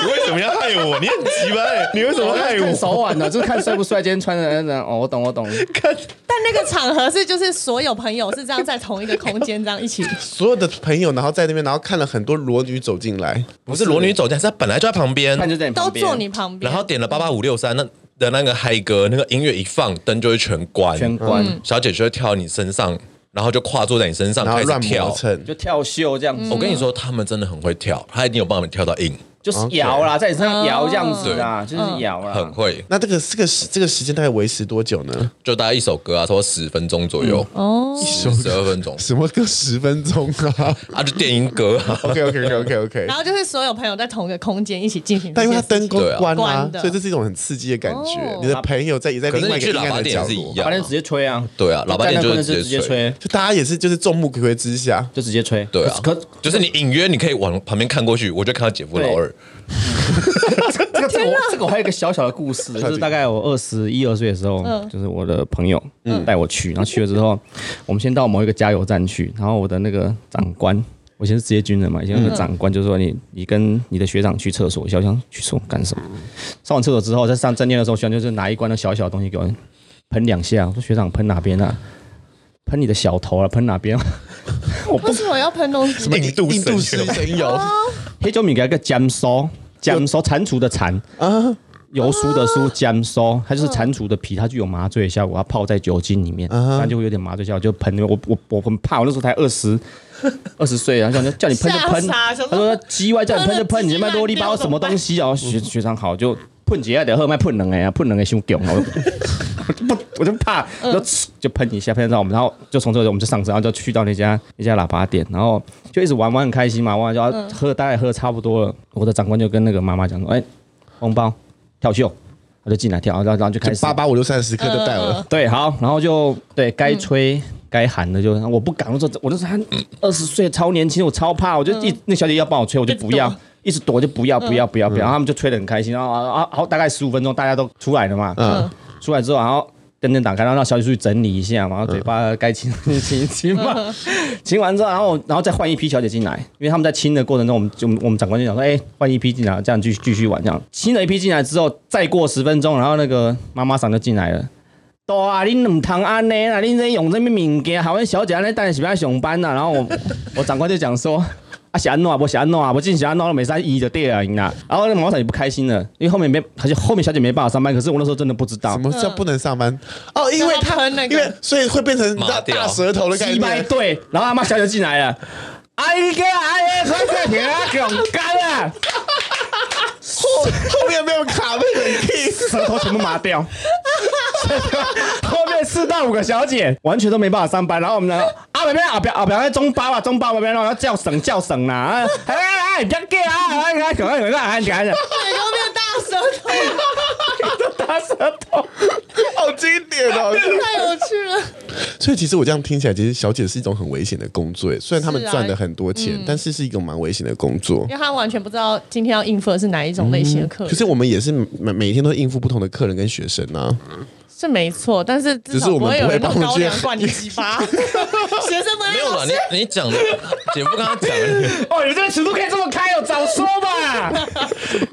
A: 你为什么要害我？你很奇 怪，你为什么害
D: 看手腕呢，就是看帅不帅，今天穿的那种。哦，我懂，我懂。
B: 但那个场合是就是所有朋友是这样在同一个空间这样 一起，
C: 所有的朋友，然后在那边，然后看了很多裸女走进来，
A: 不是裸女走进来，是她本来就在旁边，
D: 看就在你
B: 都
D: 旁边
B: 坐你旁边，
A: 然后点了八八五六三那的那个嗨歌，那个音乐一放，灯就会全关，
D: 全关，
B: 嗯
A: 小姐就会跳你身上，然后就跨坐在你身上
C: 然后
A: 开始
C: 乱磨
A: 跳。
C: 蹭，
D: 就跳袖这样子。
A: 我跟你说，他们真的很会跳，他一定有帮我们跳到硬，
D: 就是摇
B: 嗯
D: 啦，在你身上摇这样子啦，就是摇啦。
A: 嗯很会。
C: 那这个这个时这个时间大概维持多久呢？
A: 就大概一首歌啊，差不多十分钟左右，哦，十十二分钟
C: 什么歌十分钟 啊
A: 啊，就电音歌啊。
C: ？OK OK OK OK
B: 然。后就是所有朋友在同一个空间一起进行这
C: 但
B: 些
C: 因
B: 事
C: 为
B: 情。
C: 它灯光
A: 对啊
C: 关啦、
B: 关的
C: 所以这是一种很刺激的感觉。
B: 哦
C: 你的朋友在也在
A: 可
C: 另
A: 是
C: 外
A: 你
C: 一
A: 去
C: 个阴
A: 喇叭
C: 暗的角
A: 店是一
C: 落，
A: 样
D: 反
A: 啊、
D: 正直接吹啊，
A: 对啊喇叭店
D: 就
A: 就是是
D: 直
A: 直接
D: 接吹
A: 吹，
C: 就大家也是就是众目睽睽之下，
D: 就直接吹。
A: 对啊，
D: 可可
A: 就是你隐约你可以往旁边看过去，我就看到姐夫老二，
D: 这个这个我这个我还有一个小小的 故事，就是大概我二十一二岁的时候，就是我的朋友
A: 嗯
D: 带我去，然后去了 之后，我们先到某一个加油站去，然后我的那个长官。我以前是职业军人嘛，以前
A: 嗯
D: 那个长官就说你，你跟你的学长去厕所，我想想去厕所干什么？
A: 嗯
D: 上完厕所之后，在上正念的时候，学长就是拿一罐那小小的东西给我喷两下，我说学长喷哪边啊？喷你的小头啊，喷哪边、啊？我不
B: 为什么要喷东 西？
A: 印度
C: 印
A: 神
C: 度式
A: 油
C: 神油，
D: 黑椒米给它一个姜酥，姜酥蟾蜍的蟾啊，油酥的
B: 啊
D: 酥，姜酥，它就是蟾蜍的皮，它具有麻醉的效果，它泡在酒精里面，
B: 啊
D: 它就会有点麻醉效果，就喷。我我我很怕，我那时候才二十。二十岁啊，然后叫你喷就喷，
B: 吓傻想说
D: 他说叽歪叫你喷就喷，你他妈啰里吧嗦什么东西啊？学学长好就喷几下得喝麦喷冷哎呀，喷冷哎凶屌啊！ 我就不我就怕，就就喷一下，喷到我们，然后就从这里我们就上车，然后就去到那家那家喇叭店，然后就一直玩玩很开心嘛，玩完就要喝，大概喝差不多了，我的长官就跟那个妈妈讲说，哎，红包跳秀，他就进来跳，然后然后就开
C: 就
D: 始
C: 八八五六三十刻就带
A: 嗯
C: 了。
D: 对，好，然后就对该吹。该喊的就我不敢，我说我那时候还二十岁，超年轻，我超怕，我就一、那小姐要帮我吹，我就不要，一直躲就不要不要不要不要，然后他们就吹得很开心，然后啊好大概十五分钟大家都出来了嘛，
C: 嗯，
D: 出来之后然后灯灯打开，然后让小姐出去整理一下嘛，然后嘴巴该亲亲亲嘛， 亲完之后，然后然后再换一批小姐进来，因为他们在亲的过程中，我们就我们长官就讲说，哎、换一批进来，这样继续继续玩这样，亲了一批进来之后，再过十分钟，然后那个妈妈桑就进来了。对啊，恁唔通安尼啦，恁在用这物物件，好像小姐安尼等下是不要上班啦。然后我我 长官就讲说，啊是安诺啊，不是安诺啊，不进是安诺，没啥意义的对啊，赢啦。然后那个毛厂也不开心了，因为后面没，而且后面小姐没办法上班，可是我那时候真的不知道
C: 什，么叫不能上班？哦，因为
B: 让他
C: 他
B: 嗯喷那个
C: 因为所以会变成
A: 麻
C: 大
A: 掉
C: 大舌头的概
D: 鸡掰
C: 念。
D: 对，然后他妈小姐进来了，哎你个哎呀，快快点啊，勇敢啊，
C: 后面没有卡被冷 K，
D: 舌头全部麻掉。后面四到五个小姐完全都没办法上班，然后我们呢，啊，表妹啊表啊表妹中包啊中包啊表妹，然后要叫省叫省啦，啊哎哎哎，不要 gay 啊，哎哎，赶快赶快赶快赶
B: 对，有没有大舌头？
D: 快，大舌头，
C: 好经典 哦！
B: 太有趣了。
C: 所以其实我这样听起来，其实小姐是一种很危险的工作耶。虽然他们
B: 是啊
C: 赚了很多钱，但是是一种蛮危险的工作
B: 因。为他完全不知道今天要应付的是哪一种类型的客人，
C: 嗯可是我们也是每每天都应付不同的客人跟学生啊，
B: 是没错，但是至
C: 只是
B: 少
C: 我们
B: 会有人
C: 不会
B: 用
C: 帮
B: 高
C: 我去
B: 粱灌你鸡 巴。学生 们
A: 没有啦，
B: 老师
A: 你你讲的，姐夫刚刚讲的，
D: 哦，你们这个尺度可以这么开哦，早说嘛！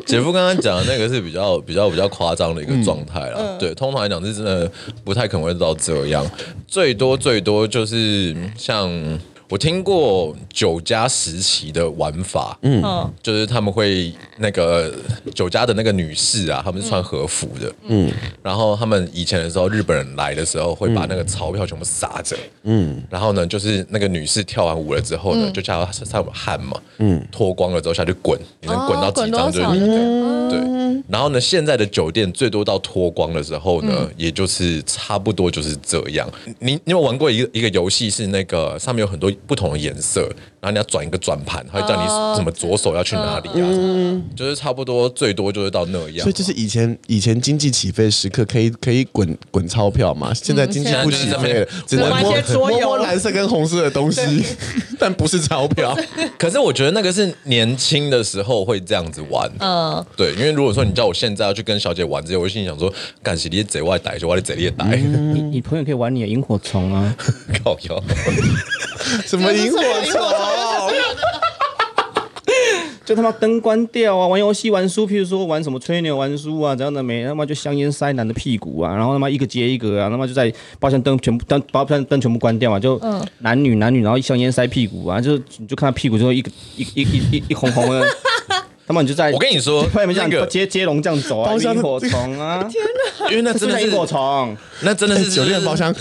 A: 姐夫刚刚讲的那个是比较比较比较夸张的一个状态啦。对，通常来讲是真的不太可能会到这样，最多最多就是嗯像我听过酒家时期的玩法，嗯，
B: 嗯
A: 就是他们会那个酒家的那个女士啊，他们是穿和服的，嗯，然后他们以前的时候，日本人来的时候会把那个钞票全部撒着，嗯，然后呢，就是那个女士跳完舞了之嗯后呢，就叫她上汗嘛，嗯，脱光了之后下去滚，你能滚到
B: 哦滚
A: 几张
B: 多
A: 就是
B: 少
A: 你
B: 就
A: 的，
B: 对
C: 嗯
A: 对。然后呢，现在的酒店最多到脱光的时候呢，
C: 嗯
A: 也就是差不多就是这样。你你有玩过一个一个游戏是那个上面有很多不同的颜色，然后你要转一个转盘，它会叫
C: 哦
A: 你什么左手要去哪里啊？就是差不多最多就是到那样。
C: 嗯所以就是以前以前经济起飞时刻可以可以滚滚钞票
B: 嗯
C: 嘛，现在经济不起飞了，只能
B: 玩一
C: 摸
B: 些桌
C: 摸
B: 游
C: 摸蓝色跟红色的东西， 但不是钞票。
A: 可是我觉得那个是年轻的时候会这样子玩， 嗯，对，因为如果说你叫我现在要去跟小姐玩这些，我就心里想说，干洗你贼外逮，就我的贼也逮，
C: 嗯
D: 你你朋友可以玩你的萤火虫啊，
A: 靠腰。
C: 什么萤火虫？哎
D: 就他妈灯关掉啊，玩游戏玩书，譬如说玩什么吹牛玩书啊，这样的没他妈就香烟塞男的屁股啊，然后他妈一个接一个啊，他妈就在包厢灯全部灯包厢灯全部关
C: 嗯
D: 掉啊，就男女男女，然后香烟塞屁股啊，就你就看他屁股就一个一一一一一红红的，他妈你就在
A: 我跟你说
D: 外面这样
A: 那个
D: 接接龙这样走啊，
C: 包厢
D: 萤
C: 的
D: 火 虫啊，
A: 因为那
D: 这
A: 真
D: 是
A: 的
D: 萤
A: 是，
D: 火虫，
A: 那真的是
C: 酒店的包， 厢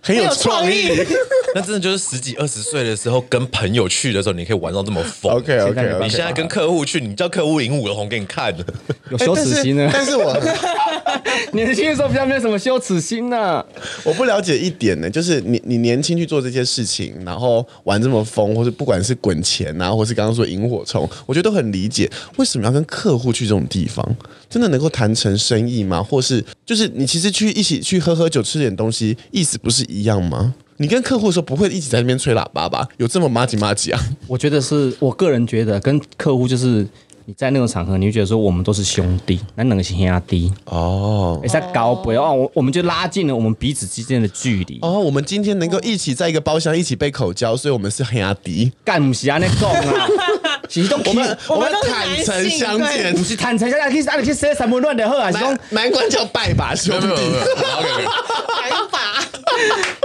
C: 很有创意。
A: 那真的就是十几二十岁的时候跟朋友去的时候，你可以玩到这么疯。
C: OK OK
A: 你
C: OK，
A: 现在跟客户去，你叫客户引五个红给你看，
D: 有羞耻心呢。
C: 但是我
D: 年轻的时候比较没有什么羞耻心啊呢。
C: 我不了解一点呢，就是你你年轻去做这些事情，然后玩这么疯，或是不管是滚钱啊，或是刚刚说萤火虫，我觉得都很理解。为什么要跟客户去这种地方？真的能够谈成生意吗？或是就是你其实去一起去喝喝酒吃点东西，意思不是一样吗？你跟客户的时候不会一起在那边吹喇叭吧？有这么麻吉麻吉啊？
D: 我觉得是我个人觉得跟客户就是。你在那种场合，你会觉得说我们都是兄弟，那两个是兄弟，
C: 哦
D: 也在高不要，我我们就拉近了我们彼此之间的距离。
C: 哦，我们今天能够一起在一个包厢一起被口交，所以我们是黑阿迪，
D: 干不是安尼 讲啊，是种
C: 我们
B: 我们
C: 们
B: 都是
C: 坦
B: 男
C: 诚
B: 性
C: 相
B: 对
C: 见
D: 不。是坦诚相待，去安尼去洗三文乱的好啊，是讲
C: 难难怪叫拜把兄
A: 没有没有没
C: 弟
A: 有。，OK，
B: 想法，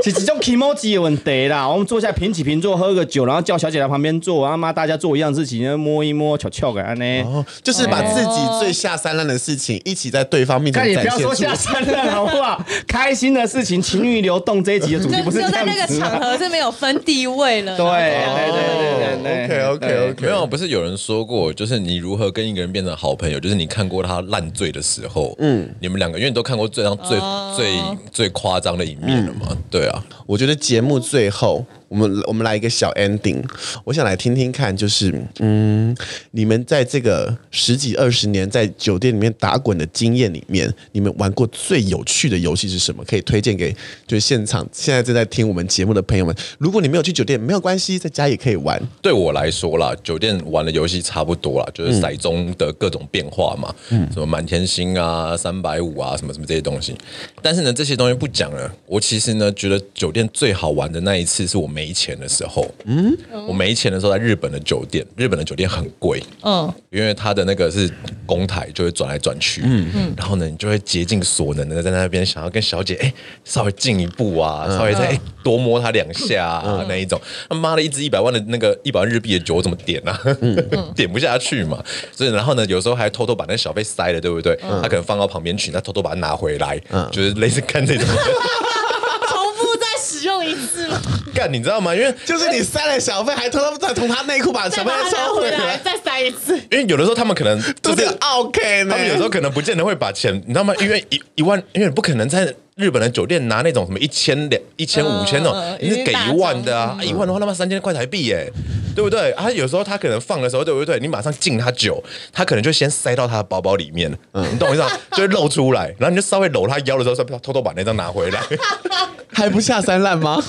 D: 是一种 emoji 的问题啦。我们坐下平起平坐，喝个酒，然后叫小姐来旁边坐，然啊后妈大家做一样事情，摸一摸，悄悄的安尼。
C: 哦，就是把自己最下三滥的事情一起在对方面
D: 但
C: 前
D: 哦也不
C: 展
D: 要
C: 现
D: 说
C: 出
D: 下
C: 来。
D: 山了，好 不好？开心的事情，情欲流动这一集的主题
B: 就
D: 不是
B: 就
D: 这
B: 在
D: 样
B: 那个
A: 啊
D: 子
B: 场
D: 吗。
B: 合是没有分地位了。
D: 对对对对对
C: OK
D: 对
C: OK
A: 没
C: OK，
A: 有，不是有人说过，就是你如何跟一个人变成好朋友，就是你看过他烂醉的时候，嗯，你们两个因为你都看过最让最、最最夸张的一面了嘛，对啊，
C: 我觉得节目最后，我们我们来一个小 ending，我想来听听看，就是嗯，你们在这个十几二十年在酒店里面打滚的经验里面，你们玩过最有趣的游戏是什么？可以推荐给就是现场现在正在听我们节目的朋友们。如果你没有去酒店，没有关系，在家也可以 玩。
A: 对我来说啦，酒店玩的游戏差不多啦，就是骰盅的各种变化嘛，什么满天星啊、三百五啊，什么什么这些东西。但是呢，这些东西不讲了。我其实呢，觉得酒店最好玩的那一次是我没钱的时候。嗯，我没钱的时候在日本的酒店，日本的酒店很贵。
B: 嗯，
A: 因为它的那个是公台，就会转来转去，嗯嗯，然后呢，你就会竭尽所能的在那边想要跟小姐哎、稍微进一步啊，稍微再、哎多摸她两下啊、那一种，他妈的一支一百万的那个一百万日币的酒我怎么点啊？ 点不下去嘛，所以然后呢，有时候还偷偷把那小费塞了，对不对？他可能放到旁边去，他偷偷把它拿回来，就是类似干这种。
B: 重复再使用一次吗？
A: 干，你知道吗？因为
C: 就是你塞了小费，还偷偷从他内裤把
B: 再
C: 小费
B: 把它拿
C: 收回
B: 回来，
C: 来，
B: 再塞一次。
A: 因为有的时候他们可能
C: 都
A: 就是
C: 是 OK 呢。
A: 他们有时候可能不见得会把钱，你知道吗？因为一一万，因为你不可能在日本的酒店拿那种什么一千两、一千五千那种
B: 嗯，
A: 你是给一万的啊，啊一万的话他妈三千块台币耶，对不对？啊，有时候他可能放的时候，对不对？你马上敬他酒，他可能就先塞到他的包包里面，嗯你懂我意思吗？ 就会露出来，然后你就稍微搂他腰的时候，再偷偷把那张拿回来。
C: 还不下三滥吗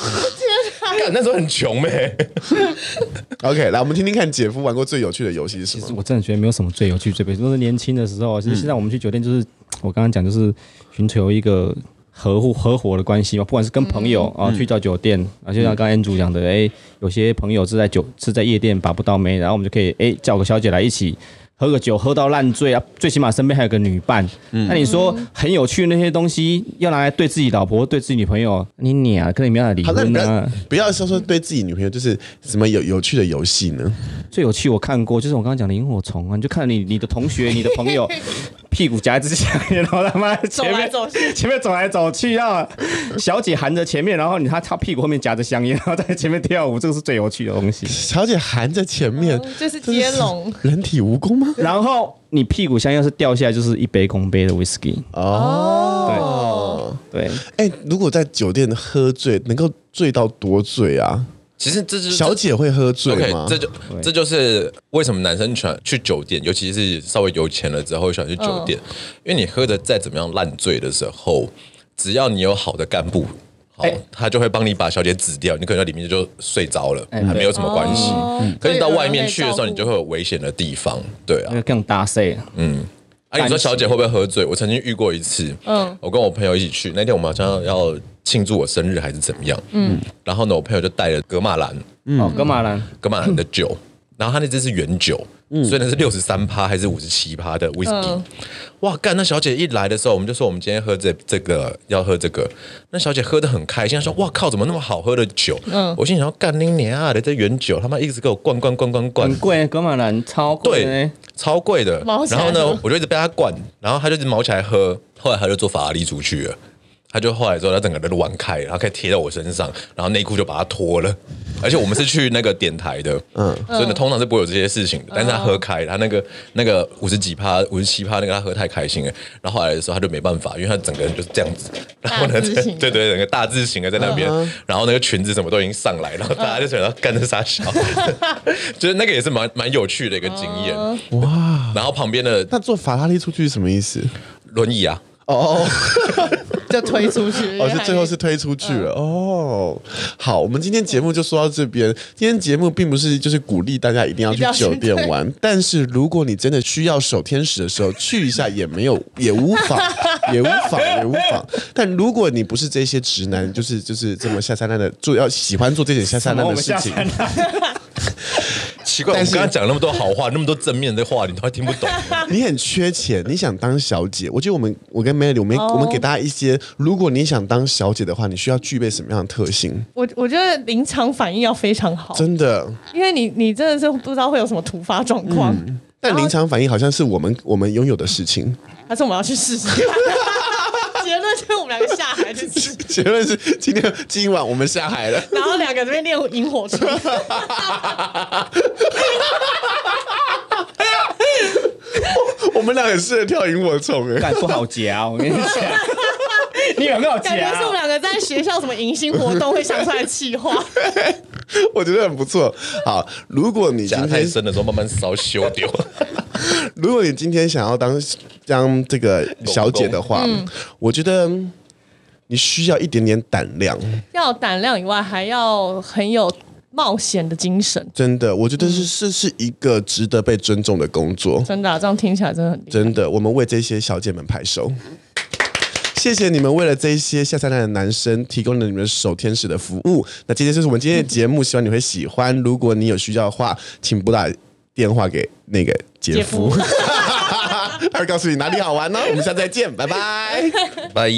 A: 干那时候很穷呗，
C: ？OK，来我们听听看姐夫玩过最有趣的游戏是什
D: 其实
C: 么？
D: 我真的觉得没有什么最有趣、最悲伤，都是年轻的时候啊。其实现在我们去酒店，就是、我刚刚讲，就是寻求一个合伙合伙的关系嘛，不管是跟朋友、啊去到酒店，啊就像刚刚 Andrew 讲的，哎、有些朋友是在酒是在夜店把不到妹，然后我们就可以哎、叫个小姐来一起。喝个酒，喝到烂醉啊！最起码身边还有个女伴。那你说很有趣的那些东西，要拿来对自己老婆、对自己女朋友，你俩跟你们要离
C: 好那你
D: 婚
C: 不
D: 啊
A: 嗯
C: 要？不要说说对自己女朋友，就是什么有有趣的游戏呢？
D: 最有趣我看过，就是我刚刚讲的萤火虫啊，你就看你你的同学、你的朋友，屁股夹一只项链，然后他妈
B: 走
D: 前
B: 来
D: 面
B: 走去，
D: 前面走来走去，然后小姐含着前面，然后你她她屁股后面夹着香烟，然后在前面跳舞，这个是最有趣的东西。
C: 小姐含在前面，
B: 嗯就是接龙，
C: 人体蜈蚣吗？
D: 然后你屁股香烟是掉下来，就是一杯空杯的 whisky。哦，对对，
C: 哎、如果在酒店喝醉，能够醉到多醉啊？
A: 其实这就是
C: 小姐会喝醉
A: OK，
C: 吗？
A: 这就这就是为什么男生喜欢去酒店，尤其是稍微有钱了之后喜欢去酒店，因为你喝的再怎么样烂醉的时候，只要你有好的干部。好，
D: 哎
A: 他就会帮你把小姐指掉，你可能在里面就睡着了，还没有什么关系。
B: 哦
A: 可是你到外面去的时候，你就会有危险的地方，对啊
D: 那。个更大塞。
A: 啊，你说小姐会不会喝醉？我曾经遇过一次，嗯，我跟我朋友一起去，那天我们好像要庆祝我生日还是怎么样，嗯，然后呢，我朋友就带了格马兰，
C: 嗯
D: 哦，格马兰，
A: 格马兰的酒，然后他那支是原酒，
B: 嗯
A: 所以那是六十三趴还是五十七趴的 whisky。哇，干！那小姐一来的时候，我们就说我们今天喝这这个要喝这个，那小姐喝的很开心，她说哇靠，怎么那么好喝的酒？
B: 嗯
A: 我心想要干你娘啊的这原酒，他妈一直给我灌灌灌灌灌
D: 很。贵，格马兰超贵
A: 对
D: 呢。，
A: 超贵的
B: 毛。起
A: 然
B: 来
A: 后呢
B: 喝，
A: 我就一直被他灌，然后他就一直毛起来喝，后来他就坐法拉利出去了。他就后来之后，他整个人都玩开，然后可以贴在我身上，然后内裤就把他脱了。而且我们是去那个电台 的，嗯，所以呢，通常是不会有这些事情
B: 嗯
A: 的。但是他喝开了，他那个那个五十几趴、五十七趴那个，他喝太开心了。然后后来的时候，他就没办法，因为他整个人就是这样子。然后呢，
B: 大字型的 嗯
A: 对对，整个大字型的在那边，然后那个裙子什么都已经上来，然后大家就想要 干这傻笑，就是那个也是蛮蛮有趣的一个经验。
B: 哦
C: 哇，
A: 然后旁边的
C: 那坐法拉利出去是什么意思？
A: 轮椅啊，
C: 哦哦
B: 就推 出去。
C: 哦，是最后是推出去了、哦。好，我们今天节目就说到这边。今天节目并不是就是鼓励大嗯家一定要去酒店玩，但是如果你真的需要守天使的时候去一下也没 有也无妨，也无妨，也无妨。但如果你不是这些直男，就是就是这么下三滥的做，要喜欢做这点下三滥
D: 我
C: 的
D: 们
C: 事
D: 下
C: 情，
D: 山啊了，
A: 奇怪，我
C: 但是
A: 们刚刚讲那么多好话，那么多正面的话，你都听不懂。
C: 你很缺钱，你想当小姐，我觉得我们我跟 Melody，我们、我们给大家一些，如果你想当小姐的话，你需要具备什么样的特性？
B: 我我觉得临场反应要非常好，
C: 真的。
B: 因为你你真的是不知道会有什么突发状况，
A: 嗯
C: 但临场反应好像是我们我们拥有的事情，
B: 还是我们要去试试看。 结论就是我们两个下海去吃，
C: 结论是今天今晚我们下海了。
B: 然后两个这边练萤火 虫，
C: 我们俩很适合跳萤火虫哎、
D: 干不好夹，我跟你 讲，你有没有
B: 感觉
D: 夹
B: 是？我们两个在学校什么迎新活动会想出来的气话。
C: 我觉得很不错。好，如果你今
A: 夹太
C: 天
A: 深的时候慢慢烧修丢。
C: 如果你今天想要当当这个小姐的话，我觉得你需要一点点胆量。
B: 要有胆量以外，还要很有冒险的精神。
C: 真的，我觉得是是是一个值得被尊重的工作。
B: 真的啊、这样听起来真的很厉害。
C: 真的，我们为这些小姐们拍手。谢谢你们为了这些下三滥的男生提供了你们守天使的服务。那今天就是我们今天的节目，希望你会喜欢。如果你有需要的话，请拨打电话给那个姐 夫，他会告诉你哪里好玩呢、我们下次再见，拜拜。
A: 拜。